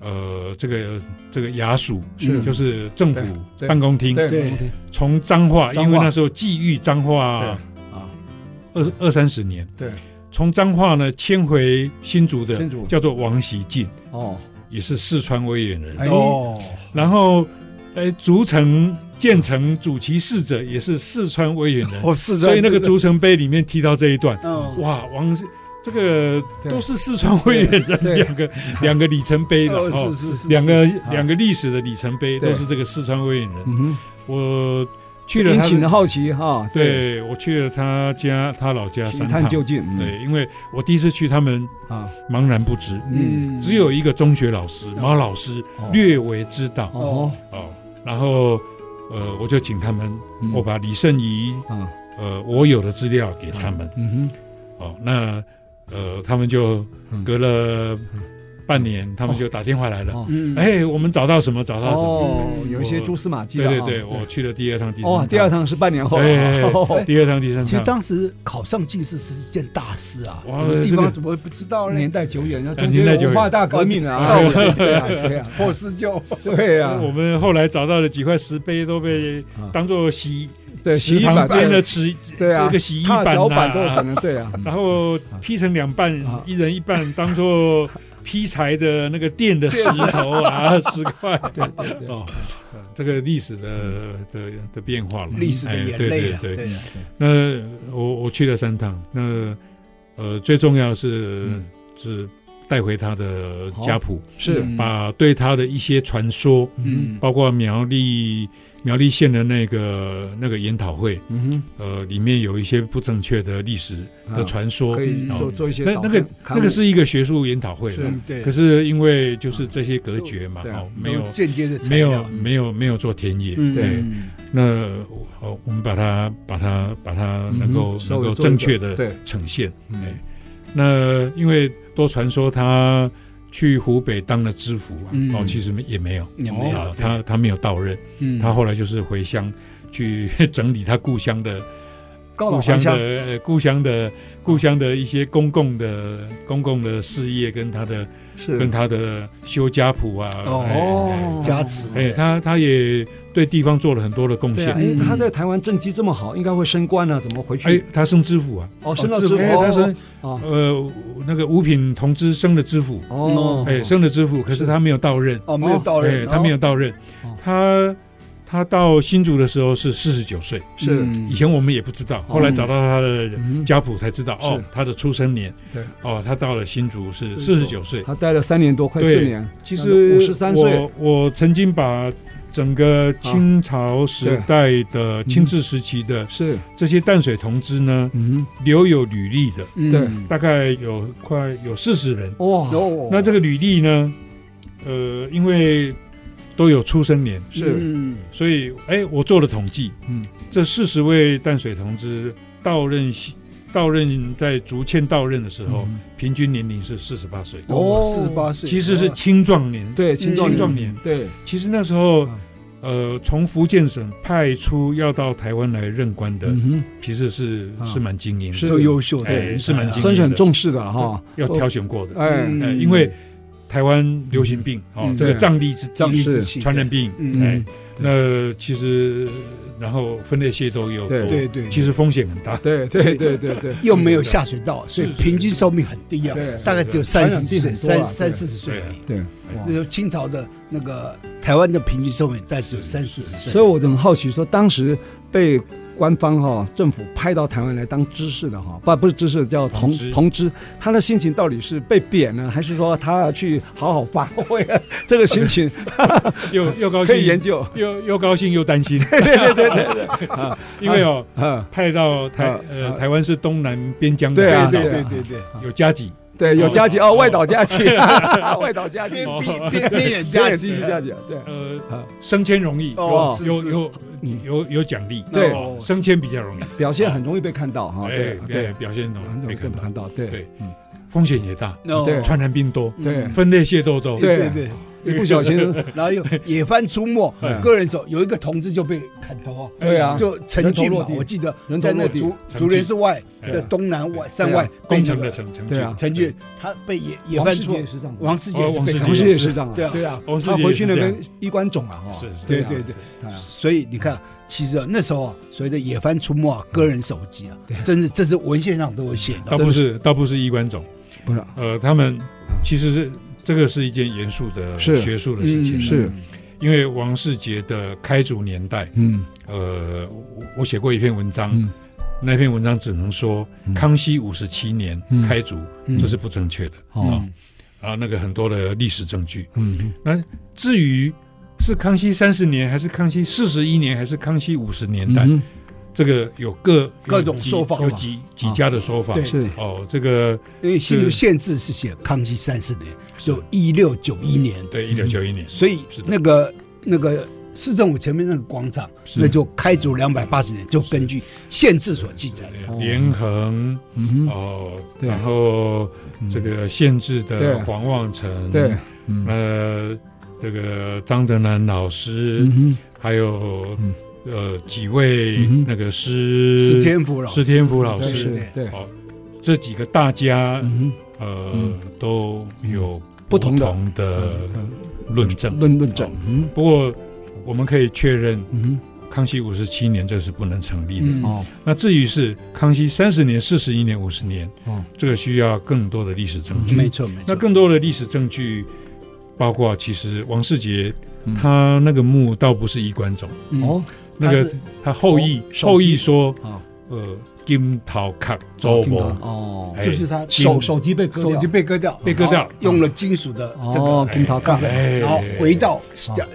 [SPEAKER 3] 呃，这个这个衙署
[SPEAKER 1] 是
[SPEAKER 3] 就是政
[SPEAKER 1] 对
[SPEAKER 3] 府
[SPEAKER 1] 对
[SPEAKER 3] 办公厅，
[SPEAKER 1] 对
[SPEAKER 2] 对
[SPEAKER 3] 从彰化，
[SPEAKER 1] 彰化
[SPEAKER 3] 因为那时候寄寓彰
[SPEAKER 1] 对
[SPEAKER 3] 化
[SPEAKER 1] 啊，
[SPEAKER 3] 二二三十年，
[SPEAKER 1] 对，
[SPEAKER 3] 从彰化呢迁回新竹的
[SPEAKER 1] 新竹
[SPEAKER 3] 叫做王习进，
[SPEAKER 1] 哦，
[SPEAKER 3] 也是四川威远人。
[SPEAKER 1] 哎
[SPEAKER 2] 哦，
[SPEAKER 3] 然后，哎，竹城建成主其事者也是四川威远人，
[SPEAKER 2] 哦是，
[SPEAKER 1] 啊
[SPEAKER 3] 所以那个竹城碑里面提到这一段，
[SPEAKER 2] 嗯，
[SPEAKER 3] 哇，王是这个
[SPEAKER 1] 对
[SPEAKER 3] 都是四川威远
[SPEAKER 1] 对
[SPEAKER 3] 人 两个两个里程碑的
[SPEAKER 2] 哦
[SPEAKER 3] 哦
[SPEAKER 2] 是，是是，
[SPEAKER 3] 两个
[SPEAKER 1] 啊
[SPEAKER 3] 两个历史的里程碑
[SPEAKER 1] 对
[SPEAKER 3] 都是这个四川威远人。
[SPEAKER 1] 嗯哼，
[SPEAKER 3] 我去了
[SPEAKER 1] 引
[SPEAKER 3] 他
[SPEAKER 1] 起你的
[SPEAKER 3] 的，
[SPEAKER 1] 好奇哈，，
[SPEAKER 3] 对我去了他家，他老家
[SPEAKER 1] 一
[SPEAKER 3] 三
[SPEAKER 1] 探
[SPEAKER 3] 趟。
[SPEAKER 1] 究竟，嗯
[SPEAKER 3] 对，因为我第一次去，他们
[SPEAKER 1] 啊，
[SPEAKER 3] 茫然不知，
[SPEAKER 1] 嗯，
[SPEAKER 3] 只有一个中学老师马老师
[SPEAKER 1] 哦
[SPEAKER 3] 略微知道
[SPEAKER 1] 哦，
[SPEAKER 3] 嗯哦。然后，呃，我就请他们，
[SPEAKER 1] 嗯
[SPEAKER 3] 我把李圣仪，
[SPEAKER 1] 啊，
[SPEAKER 3] 呃，我有的资料给他们。
[SPEAKER 1] 嗯
[SPEAKER 3] 哦，那呃，他们就
[SPEAKER 1] 嗯
[SPEAKER 3] 隔了半年，他们就打电话来
[SPEAKER 1] 哼，
[SPEAKER 3] 了。
[SPEAKER 1] 哦，
[SPEAKER 2] 嗯，
[SPEAKER 3] 哎，我们找到什么？找到什么？
[SPEAKER 1] 哦，有一些蛛丝马迹
[SPEAKER 3] 对
[SPEAKER 1] 了啊
[SPEAKER 3] 对对，我去了第二趟、第三
[SPEAKER 1] 哦，
[SPEAKER 3] 趟，
[SPEAKER 1] 第二趟是半年后啊，
[SPEAKER 3] 对
[SPEAKER 1] 哦
[SPEAKER 3] 第二趟、第三
[SPEAKER 2] 其实
[SPEAKER 3] 趟，
[SPEAKER 2] 当时考上进士是一件大事啊，
[SPEAKER 3] 哇
[SPEAKER 2] 什么地
[SPEAKER 3] 这
[SPEAKER 2] 方
[SPEAKER 3] 个
[SPEAKER 2] 怎么会不知道呢
[SPEAKER 1] 哦年？代久远，那中
[SPEAKER 3] 哎年代
[SPEAKER 1] 间
[SPEAKER 3] 久远
[SPEAKER 1] 文化大革命啊，
[SPEAKER 2] 哦
[SPEAKER 1] 对对啊对啊
[SPEAKER 2] 破四旧，
[SPEAKER 1] 对啊，
[SPEAKER 3] 我们后来找到了几块石碑，都被
[SPEAKER 1] 啊
[SPEAKER 3] 当做洗
[SPEAKER 1] 对
[SPEAKER 3] 池
[SPEAKER 1] 洗衣
[SPEAKER 3] 旁
[SPEAKER 1] 板
[SPEAKER 3] 边的
[SPEAKER 1] 对
[SPEAKER 3] 池，
[SPEAKER 1] 对啊
[SPEAKER 3] 这个，洗衣
[SPEAKER 1] 踏
[SPEAKER 3] 板嗯
[SPEAKER 1] 脚
[SPEAKER 3] 呐
[SPEAKER 1] 板都有可能，对啊，
[SPEAKER 3] 然后劈成两半
[SPEAKER 1] 啊，
[SPEAKER 3] 一人一半，当做劈柴的那个电的石头啊，十块。
[SPEAKER 1] 对对对
[SPEAKER 3] 哦，这个历史的的的变化了，
[SPEAKER 2] 历史的眼泪了，
[SPEAKER 3] 哎对对对。
[SPEAKER 2] 对啊
[SPEAKER 3] 那我我去了三趟，那呃最重要的是、
[SPEAKER 1] 嗯
[SPEAKER 3] 是带回他的家谱，
[SPEAKER 1] 是
[SPEAKER 2] 嗯
[SPEAKER 3] 把对他的一些传说，
[SPEAKER 1] 嗯
[SPEAKER 3] 包括苗栗苗栗县的那个那个研讨会，
[SPEAKER 1] 嗯
[SPEAKER 3] 呃，里面有一些不正确的历史
[SPEAKER 1] 啊
[SPEAKER 3] 的传说，
[SPEAKER 1] 可以
[SPEAKER 3] 哦
[SPEAKER 1] 做做一些
[SPEAKER 3] 那
[SPEAKER 1] 导
[SPEAKER 3] 那个
[SPEAKER 1] 看看
[SPEAKER 3] 那个是一个学术研讨会
[SPEAKER 1] 是啊
[SPEAKER 3] 了，
[SPEAKER 2] 嗯对，
[SPEAKER 3] 可是因为就是这些隔绝嘛，
[SPEAKER 1] 对啊
[SPEAKER 3] 哦，没有
[SPEAKER 2] 间接的材
[SPEAKER 3] 没
[SPEAKER 2] 料
[SPEAKER 3] 有没有没有做田野，
[SPEAKER 2] 嗯
[SPEAKER 3] 对，
[SPEAKER 2] 嗯
[SPEAKER 3] 那哦，我们把它把它把它能够、
[SPEAKER 1] 嗯稍
[SPEAKER 3] 能
[SPEAKER 1] 微做一个
[SPEAKER 3] 够正确的
[SPEAKER 1] 对，
[SPEAKER 3] 呈现，
[SPEAKER 1] 嗯
[SPEAKER 3] 哎，那因为多传说他去湖北当了知府啊，
[SPEAKER 2] 嗯
[SPEAKER 3] 哦，其实也没有，
[SPEAKER 2] 也没有
[SPEAKER 3] 啊
[SPEAKER 2] 对
[SPEAKER 3] 他他没有到任，
[SPEAKER 2] 嗯
[SPEAKER 3] 他后来就是回乡去 整理他故乡的
[SPEAKER 1] 高老
[SPEAKER 3] 故
[SPEAKER 1] 还
[SPEAKER 3] 乡的
[SPEAKER 1] 哦乡
[SPEAKER 3] 呃故乡的故乡的一些公共的公共的事业跟他的
[SPEAKER 1] 是
[SPEAKER 3] 跟他的修家谱啊，
[SPEAKER 2] 哦加持
[SPEAKER 3] 哎，哎，他他也对地方做了很多的贡
[SPEAKER 1] 对啊，
[SPEAKER 3] 献。
[SPEAKER 1] 哎，他在台湾政绩这么好，应该会升官啊，怎么回
[SPEAKER 3] 嗯哎
[SPEAKER 1] 去？，
[SPEAKER 3] 他升知府啊，
[SPEAKER 1] 哦，升到
[SPEAKER 2] 自
[SPEAKER 1] 知府
[SPEAKER 2] 我
[SPEAKER 3] 哎，他升
[SPEAKER 1] 哦
[SPEAKER 3] 呃那个五品同知升了知府，
[SPEAKER 1] 哦，
[SPEAKER 3] 哎，升了知府，可是他没有到任，
[SPEAKER 2] 哦没有到
[SPEAKER 3] 哎，
[SPEAKER 2] 人，
[SPEAKER 3] 他没有到任
[SPEAKER 1] 哦，
[SPEAKER 3] 他他到新竹的时候是四十九岁，
[SPEAKER 1] 是
[SPEAKER 3] 嗯以前我们也不知道，后来找到他的
[SPEAKER 1] 哦嗯
[SPEAKER 3] 家谱才知道，
[SPEAKER 1] 是
[SPEAKER 3] 哦，他的出生年，
[SPEAKER 1] 对，
[SPEAKER 3] 哦，他到了新竹是
[SPEAKER 1] 49
[SPEAKER 3] 四十九岁。
[SPEAKER 1] 他待了三年多，快四
[SPEAKER 3] 对
[SPEAKER 1] 年，
[SPEAKER 3] 其实
[SPEAKER 1] 53岁啊
[SPEAKER 3] 我我曾经把整个清朝时代的清治时期的
[SPEAKER 1] 是，
[SPEAKER 3] 这些淡水同知呢，
[SPEAKER 1] 嗯
[SPEAKER 3] 留有履历的，
[SPEAKER 2] 嗯
[SPEAKER 1] 对
[SPEAKER 3] 大概有快有四十人。
[SPEAKER 1] 哼，哇，
[SPEAKER 2] 哦
[SPEAKER 3] 那这个履历呢，呃，因为都有出生年，
[SPEAKER 1] 是，
[SPEAKER 2] 嗯
[SPEAKER 3] 所以哎，我做了统计，
[SPEAKER 1] 嗯，
[SPEAKER 3] 这四十位淡水同知到任到任在竹堑到任的时候，
[SPEAKER 1] 嗯
[SPEAKER 3] 平均年龄是四十八岁，
[SPEAKER 2] 哦
[SPEAKER 1] 哦
[SPEAKER 2] 四十八岁
[SPEAKER 3] 其实是青壮年。，
[SPEAKER 1] 对，青壮年，
[SPEAKER 3] 青壮年，
[SPEAKER 1] 对，
[SPEAKER 3] 其实那时候
[SPEAKER 1] 嗯。
[SPEAKER 3] 呃，从福建省派出要到台湾来任官的，
[SPEAKER 1] 嗯
[SPEAKER 3] 其实是
[SPEAKER 1] 啊
[SPEAKER 3] 是蛮精英的，
[SPEAKER 1] 是
[SPEAKER 2] 都优秀的
[SPEAKER 3] 哎
[SPEAKER 2] 人才
[SPEAKER 3] 是
[SPEAKER 1] 哼，
[SPEAKER 3] 蛮精
[SPEAKER 2] 啊
[SPEAKER 3] 英
[SPEAKER 1] 算是很重视的了哈，
[SPEAKER 3] 要挑选过的。
[SPEAKER 1] 哎，
[SPEAKER 3] 呃，因为台湾流行病哦，
[SPEAKER 2] 嗯
[SPEAKER 3] 这个
[SPEAKER 1] 对
[SPEAKER 3] 瘴疠之
[SPEAKER 2] 仗义
[SPEAKER 3] 地
[SPEAKER 2] 之
[SPEAKER 1] 是
[SPEAKER 2] 气，
[SPEAKER 3] 传染病，
[SPEAKER 2] 嗯
[SPEAKER 3] 哎
[SPEAKER 1] 嗯，
[SPEAKER 3] 那其实然后分类械斗又
[SPEAKER 1] 对
[SPEAKER 3] 多
[SPEAKER 2] 对对，
[SPEAKER 3] 其实风险很大。
[SPEAKER 1] 对对对对对，
[SPEAKER 2] 又没有下水道，所以
[SPEAKER 3] 是是
[SPEAKER 2] 平均寿命很低啊
[SPEAKER 1] 对，
[SPEAKER 2] 大概只有
[SPEAKER 1] 传
[SPEAKER 2] 三
[SPEAKER 1] 染病
[SPEAKER 2] 十岁、
[SPEAKER 1] 很多啊
[SPEAKER 2] 三三四十岁而已。
[SPEAKER 1] 对，哇
[SPEAKER 2] 那时候清朝的那个台湾的平均寿命大概只有三四十岁，
[SPEAKER 1] 所以我很好奇说，当时被官方哈、政府派到台湾来当知事的哈、不不是知事，叫同
[SPEAKER 3] 同知
[SPEAKER 1] 同知，他的心情到底是被贬呢，还是说他要去好好发挥、 啊？这个心 情
[SPEAKER 3] 又又高兴，
[SPEAKER 1] 可以研 究。
[SPEAKER 3] 又又高兴又担 心，
[SPEAKER 1] 对对对对对，啊
[SPEAKER 3] 因为哦，
[SPEAKER 1] 啊，
[SPEAKER 3] 派到台
[SPEAKER 1] 啊啊
[SPEAKER 3] 呃台湾是东南边疆的
[SPEAKER 1] 对
[SPEAKER 3] 外
[SPEAKER 1] 啊
[SPEAKER 3] 岛，
[SPEAKER 2] 对
[SPEAKER 1] 对
[SPEAKER 2] 对
[SPEAKER 1] 啊
[SPEAKER 2] 对对
[SPEAKER 3] 有加急，
[SPEAKER 1] 对，有加急
[SPEAKER 3] 哦
[SPEAKER 1] 哦，外岛加 急，外岛加急，
[SPEAKER 2] 对，边边边边远
[SPEAKER 1] 加
[SPEAKER 2] 家
[SPEAKER 1] 急加急，对啊
[SPEAKER 3] 呃，升迁容易，
[SPEAKER 2] 哦，是
[SPEAKER 3] 有
[SPEAKER 2] 是
[SPEAKER 3] 有有有奖励，
[SPEAKER 1] 嗯对
[SPEAKER 3] 哦升迁比较容易，
[SPEAKER 1] 表现很容易被看到哈，
[SPEAKER 3] 哎
[SPEAKER 1] 对
[SPEAKER 3] 对，
[SPEAKER 1] 对，啊
[SPEAKER 3] 表现
[SPEAKER 1] 很
[SPEAKER 3] 容易
[SPEAKER 1] 容易
[SPEAKER 3] 被
[SPEAKER 1] 被
[SPEAKER 3] 看到嗯
[SPEAKER 1] 看，到，对
[SPEAKER 3] 对，嗯风险也大，
[SPEAKER 2] 哦
[SPEAKER 1] 对
[SPEAKER 3] 传染病多，
[SPEAKER 1] 对
[SPEAKER 3] 分裂械斗多，
[SPEAKER 2] 对
[SPEAKER 1] 对
[SPEAKER 2] 对对，
[SPEAKER 1] 一不小 心，
[SPEAKER 2] 然后又野番出没
[SPEAKER 1] 嗯，
[SPEAKER 2] 个人手有一个同志就被砍头啊，
[SPEAKER 1] 对啊，
[SPEAKER 2] 就陈俊
[SPEAKER 1] 人头落
[SPEAKER 2] 嘛，
[SPEAKER 1] 地
[SPEAKER 2] 我记得
[SPEAKER 1] 人头
[SPEAKER 2] 在那
[SPEAKER 1] 落地
[SPEAKER 2] 竹
[SPEAKER 3] 陈
[SPEAKER 2] 竹
[SPEAKER 3] 俊
[SPEAKER 2] 林市外的
[SPEAKER 3] 对啊
[SPEAKER 2] 东南外
[SPEAKER 3] 对
[SPEAKER 2] 山外被
[SPEAKER 3] 工
[SPEAKER 2] 那
[SPEAKER 3] 程的
[SPEAKER 2] 个
[SPEAKER 3] 成成
[SPEAKER 1] 对啊
[SPEAKER 2] 陈俊他被野野
[SPEAKER 1] 王
[SPEAKER 2] 番
[SPEAKER 1] 世
[SPEAKER 2] 出
[SPEAKER 1] 杰
[SPEAKER 2] 没，
[SPEAKER 1] 是这样子
[SPEAKER 2] 王世杰
[SPEAKER 3] 哦
[SPEAKER 2] 也是
[SPEAKER 3] 王
[SPEAKER 2] 被砍
[SPEAKER 3] 世杰
[SPEAKER 1] 同
[SPEAKER 2] 头
[SPEAKER 1] 事也是这样啊，
[SPEAKER 2] 对啊
[SPEAKER 1] 对啊，
[SPEAKER 3] 王世
[SPEAKER 1] 他
[SPEAKER 3] 杰
[SPEAKER 1] 回
[SPEAKER 3] 也
[SPEAKER 1] 去
[SPEAKER 3] 是
[SPEAKER 1] 那
[SPEAKER 3] 这样
[SPEAKER 1] 边衣冠冢啊，哈，
[SPEAKER 3] 是是哎
[SPEAKER 2] 对
[SPEAKER 1] 啊
[SPEAKER 2] 对对，
[SPEAKER 1] 对啊
[SPEAKER 2] 所以你看，其实啊那时候啊，所谓的野番出没啊，个人手机啊，真是这是文献上都有写
[SPEAKER 3] 倒
[SPEAKER 2] 的。
[SPEAKER 3] 不是倒不是衣冠冢，
[SPEAKER 1] 不是啊
[SPEAKER 3] 呃，他们其实是这个是一件严肃的
[SPEAKER 1] 是
[SPEAKER 3] 学术的事情，啊
[SPEAKER 2] 嗯
[SPEAKER 1] 是，
[SPEAKER 3] 因为王世杰的开祖年代，
[SPEAKER 1] 嗯
[SPEAKER 3] 呃，我我写过一篇文章，
[SPEAKER 1] 嗯
[SPEAKER 3] 那篇文章只能说、
[SPEAKER 1] 嗯
[SPEAKER 3] 康熙五十七年、
[SPEAKER 1] 嗯
[SPEAKER 3] 开祖，
[SPEAKER 2] 嗯
[SPEAKER 3] 这是不正确的啊、
[SPEAKER 1] 哦
[SPEAKER 3] 啊，那个很多的历史证据。
[SPEAKER 1] 嗯
[SPEAKER 3] 至于是康熙三十年，还是康熙四十一年，还是康熙五十年代，
[SPEAKER 1] 嗯，
[SPEAKER 3] 这个有各
[SPEAKER 2] 各种
[SPEAKER 3] 有几
[SPEAKER 2] 说法啊
[SPEAKER 3] 有几几家的说法。
[SPEAKER 2] 对，
[SPEAKER 1] 是
[SPEAKER 3] 哦，这个
[SPEAKER 2] 因为新竹
[SPEAKER 3] 是
[SPEAKER 2] 县志是写康熙三十年，
[SPEAKER 3] 就
[SPEAKER 2] 一六九一年，
[SPEAKER 3] 对一九九一年，
[SPEAKER 2] 所以
[SPEAKER 3] 是的
[SPEAKER 2] 那个那个市政府前面那个广场，
[SPEAKER 3] 是
[SPEAKER 2] 那就开足两百八十年，就根据县志所记载的。
[SPEAKER 3] 呃连横
[SPEAKER 1] 哦嗯哼，
[SPEAKER 3] 哦，
[SPEAKER 1] 对嗯
[SPEAKER 3] 然后这个县治
[SPEAKER 1] 对
[SPEAKER 3] 的黄望城，
[SPEAKER 1] 对，，嗯
[SPEAKER 3] 呃，这个张德南老师，
[SPEAKER 1] 嗯
[SPEAKER 3] 还有、
[SPEAKER 1] 嗯
[SPEAKER 3] 呃几位
[SPEAKER 1] 嗯哼
[SPEAKER 3] 那个师
[SPEAKER 2] 史天福老师，
[SPEAKER 3] 施天福老
[SPEAKER 1] 哼，
[SPEAKER 3] 师
[SPEAKER 1] 是，对，
[SPEAKER 3] 哦，这几个大家、
[SPEAKER 1] 嗯
[SPEAKER 3] 呃、
[SPEAKER 1] 嗯
[SPEAKER 3] 都有
[SPEAKER 1] 不
[SPEAKER 3] 不
[SPEAKER 1] 同的嗯
[SPEAKER 3] 同的
[SPEAKER 1] 哼，
[SPEAKER 3] 论证。哦
[SPEAKER 1] 论论证，嗯
[SPEAKER 3] 不过我们可以确认，
[SPEAKER 1] 嗯
[SPEAKER 3] 康熙五十七年这是不能成立的。
[SPEAKER 2] 嗯
[SPEAKER 1] 哦，
[SPEAKER 3] 那至于是康熙三十年、四十一年、五十年，
[SPEAKER 1] 哦
[SPEAKER 3] 这个需要更多的历史证
[SPEAKER 1] 嗯
[SPEAKER 3] 据。
[SPEAKER 2] 没错没错。
[SPEAKER 3] 那更多的历史证据，包括其实王世杰
[SPEAKER 1] 嗯
[SPEAKER 3] 他那个墓倒不是衣冠冢，
[SPEAKER 2] 嗯
[SPEAKER 1] 哦，
[SPEAKER 3] 那个
[SPEAKER 2] 他是
[SPEAKER 3] 他后裔
[SPEAKER 1] 手
[SPEAKER 3] 后裔说
[SPEAKER 1] 啊，
[SPEAKER 3] 呃金桃卡周伯
[SPEAKER 1] 哦，
[SPEAKER 3] 哎
[SPEAKER 2] 就是他
[SPEAKER 3] 金
[SPEAKER 1] 手手机被割
[SPEAKER 2] 手机
[SPEAKER 1] 掉，
[SPEAKER 2] 被割掉，
[SPEAKER 3] 被割掉
[SPEAKER 2] 然后用了金属的这
[SPEAKER 1] 哦
[SPEAKER 2] 个，
[SPEAKER 1] 金桃杠，
[SPEAKER 3] 哎
[SPEAKER 2] 然后回到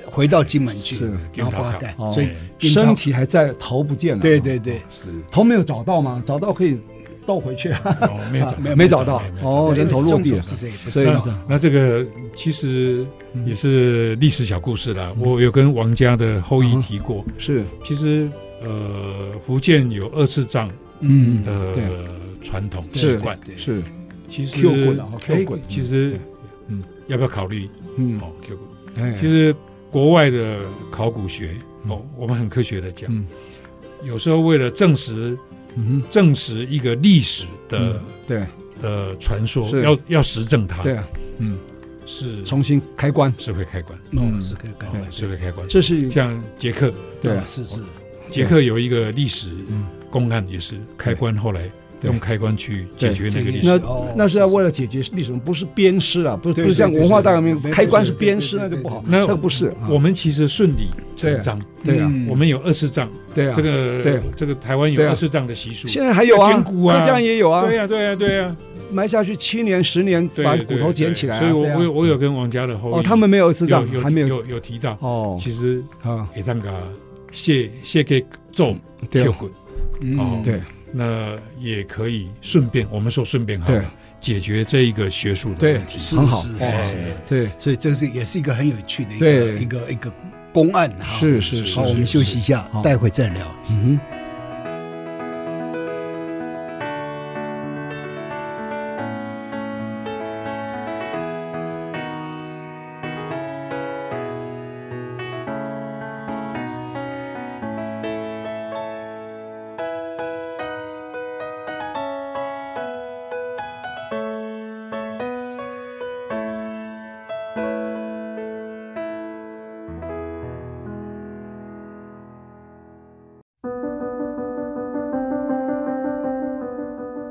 [SPEAKER 2] 回到金门去
[SPEAKER 1] 是，
[SPEAKER 3] 金
[SPEAKER 2] 然后
[SPEAKER 3] 桃
[SPEAKER 2] 把
[SPEAKER 3] 卡
[SPEAKER 2] 它盖
[SPEAKER 1] 哦，
[SPEAKER 2] 所以金桃
[SPEAKER 1] 身体还在，头不见了，
[SPEAKER 2] 对，对对，
[SPEAKER 3] 是
[SPEAKER 1] 头没有找到吗？找到可以倒回去，啊
[SPEAKER 3] 哦没有找
[SPEAKER 2] 没
[SPEAKER 3] 到
[SPEAKER 2] 有
[SPEAKER 1] 没找到
[SPEAKER 3] 没有，
[SPEAKER 1] 哦，人头落地了，
[SPEAKER 2] 是谁也不
[SPEAKER 1] 所以
[SPEAKER 2] 知道。
[SPEAKER 3] 那这个其实也是历史小故事啦。我有跟王家的后裔提过，
[SPEAKER 1] 是，
[SPEAKER 3] 其实呃，福建有二次葬
[SPEAKER 1] 嗯，
[SPEAKER 3] 的
[SPEAKER 1] 对，
[SPEAKER 3] 传统习
[SPEAKER 1] 是
[SPEAKER 3] 惯，
[SPEAKER 2] 对对
[SPEAKER 1] 是，
[SPEAKER 3] 其实
[SPEAKER 1] Q 滚啊哦，Q
[SPEAKER 3] 哎
[SPEAKER 1] 滚
[SPEAKER 3] 其实
[SPEAKER 1] 嗯
[SPEAKER 3] 嗯，要不要考虑
[SPEAKER 1] 嗯，
[SPEAKER 3] 哦？Q 滚，
[SPEAKER 1] 哎，
[SPEAKER 3] 其实国外的考古学哦，我们很科学的讲
[SPEAKER 1] 嗯，
[SPEAKER 3] 有时候为了证实
[SPEAKER 1] 嗯哼，
[SPEAKER 3] 证实一个历史的
[SPEAKER 1] 对
[SPEAKER 3] 啊的传说，
[SPEAKER 1] 嗯是
[SPEAKER 3] 要要实证它，
[SPEAKER 1] 对啊，
[SPEAKER 3] 是
[SPEAKER 1] 重新开关，
[SPEAKER 3] 是会开关，
[SPEAKER 2] 嗯，
[SPEAKER 1] 嗯
[SPEAKER 2] 是可以改
[SPEAKER 1] 对
[SPEAKER 2] 的，
[SPEAKER 3] 是会开关。
[SPEAKER 1] 这是
[SPEAKER 3] 像捷克，
[SPEAKER 1] 对啊
[SPEAKER 2] 啊，是是，
[SPEAKER 3] 捷克有一个历史
[SPEAKER 1] 嗯
[SPEAKER 3] 公案，也是开关，后来
[SPEAKER 1] 对
[SPEAKER 3] 用开关去解决那个
[SPEAKER 2] 这
[SPEAKER 3] 历史。
[SPEAKER 1] 那
[SPEAKER 2] 哦
[SPEAKER 1] 那是要为了解决历史，不是鞭尸啊，不是
[SPEAKER 2] 对
[SPEAKER 1] 不是像
[SPEAKER 2] 对对
[SPEAKER 1] 文化大革命
[SPEAKER 2] 对对
[SPEAKER 1] 开关是
[SPEAKER 2] 对对
[SPEAKER 1] 鞭尸，
[SPEAKER 2] 对
[SPEAKER 1] 那就
[SPEAKER 2] 对
[SPEAKER 1] 不好，
[SPEAKER 3] 那
[SPEAKER 1] 这个不是啊，
[SPEAKER 3] 我们其实顺理成章，
[SPEAKER 1] 对啊
[SPEAKER 2] 嗯
[SPEAKER 3] 我们有二次账，
[SPEAKER 1] 对啊
[SPEAKER 3] 这，个
[SPEAKER 1] 对
[SPEAKER 3] 这个台湾
[SPEAKER 1] 对
[SPEAKER 3] 有
[SPEAKER 1] 啊
[SPEAKER 3] 二次账的习俗。
[SPEAKER 1] 现在还有
[SPEAKER 3] 要
[SPEAKER 1] 啊，
[SPEAKER 3] 兼顾啊
[SPEAKER 1] 客家人也有啊，
[SPEAKER 3] 对呀，对呀，对呀，
[SPEAKER 1] 埋下去七年十年
[SPEAKER 3] 对
[SPEAKER 1] 把
[SPEAKER 3] 对
[SPEAKER 1] 骨头捡起来啊，
[SPEAKER 3] 所以我
[SPEAKER 1] 对啊
[SPEAKER 3] 我有我有跟王家的后裔
[SPEAKER 1] 哦，他们没有是这样
[SPEAKER 3] 有，有
[SPEAKER 1] 还没有
[SPEAKER 3] 有有提到，
[SPEAKER 1] 哦
[SPEAKER 3] 其实
[SPEAKER 1] 啊，
[SPEAKER 3] 也当个谢谢给做
[SPEAKER 1] 对
[SPEAKER 3] 跳
[SPEAKER 1] 啊
[SPEAKER 3] 滚，
[SPEAKER 2] 嗯，
[SPEAKER 1] 对
[SPEAKER 3] 那也可以顺便，我们说顺便好
[SPEAKER 1] 对
[SPEAKER 3] 了，解决这一个学术的
[SPEAKER 1] 对
[SPEAKER 3] 问题。
[SPEAKER 2] 是
[SPEAKER 1] 很好
[SPEAKER 2] 是
[SPEAKER 3] 哎
[SPEAKER 2] 是是
[SPEAKER 1] 对，
[SPEAKER 2] 所以这是也是一个很有趣的一个
[SPEAKER 1] 对
[SPEAKER 2] 一个一个公案哈。
[SPEAKER 1] 是是
[SPEAKER 3] 是
[SPEAKER 2] 好，我们休息一下
[SPEAKER 1] 好，
[SPEAKER 2] 待会再聊。
[SPEAKER 1] 嗯哼。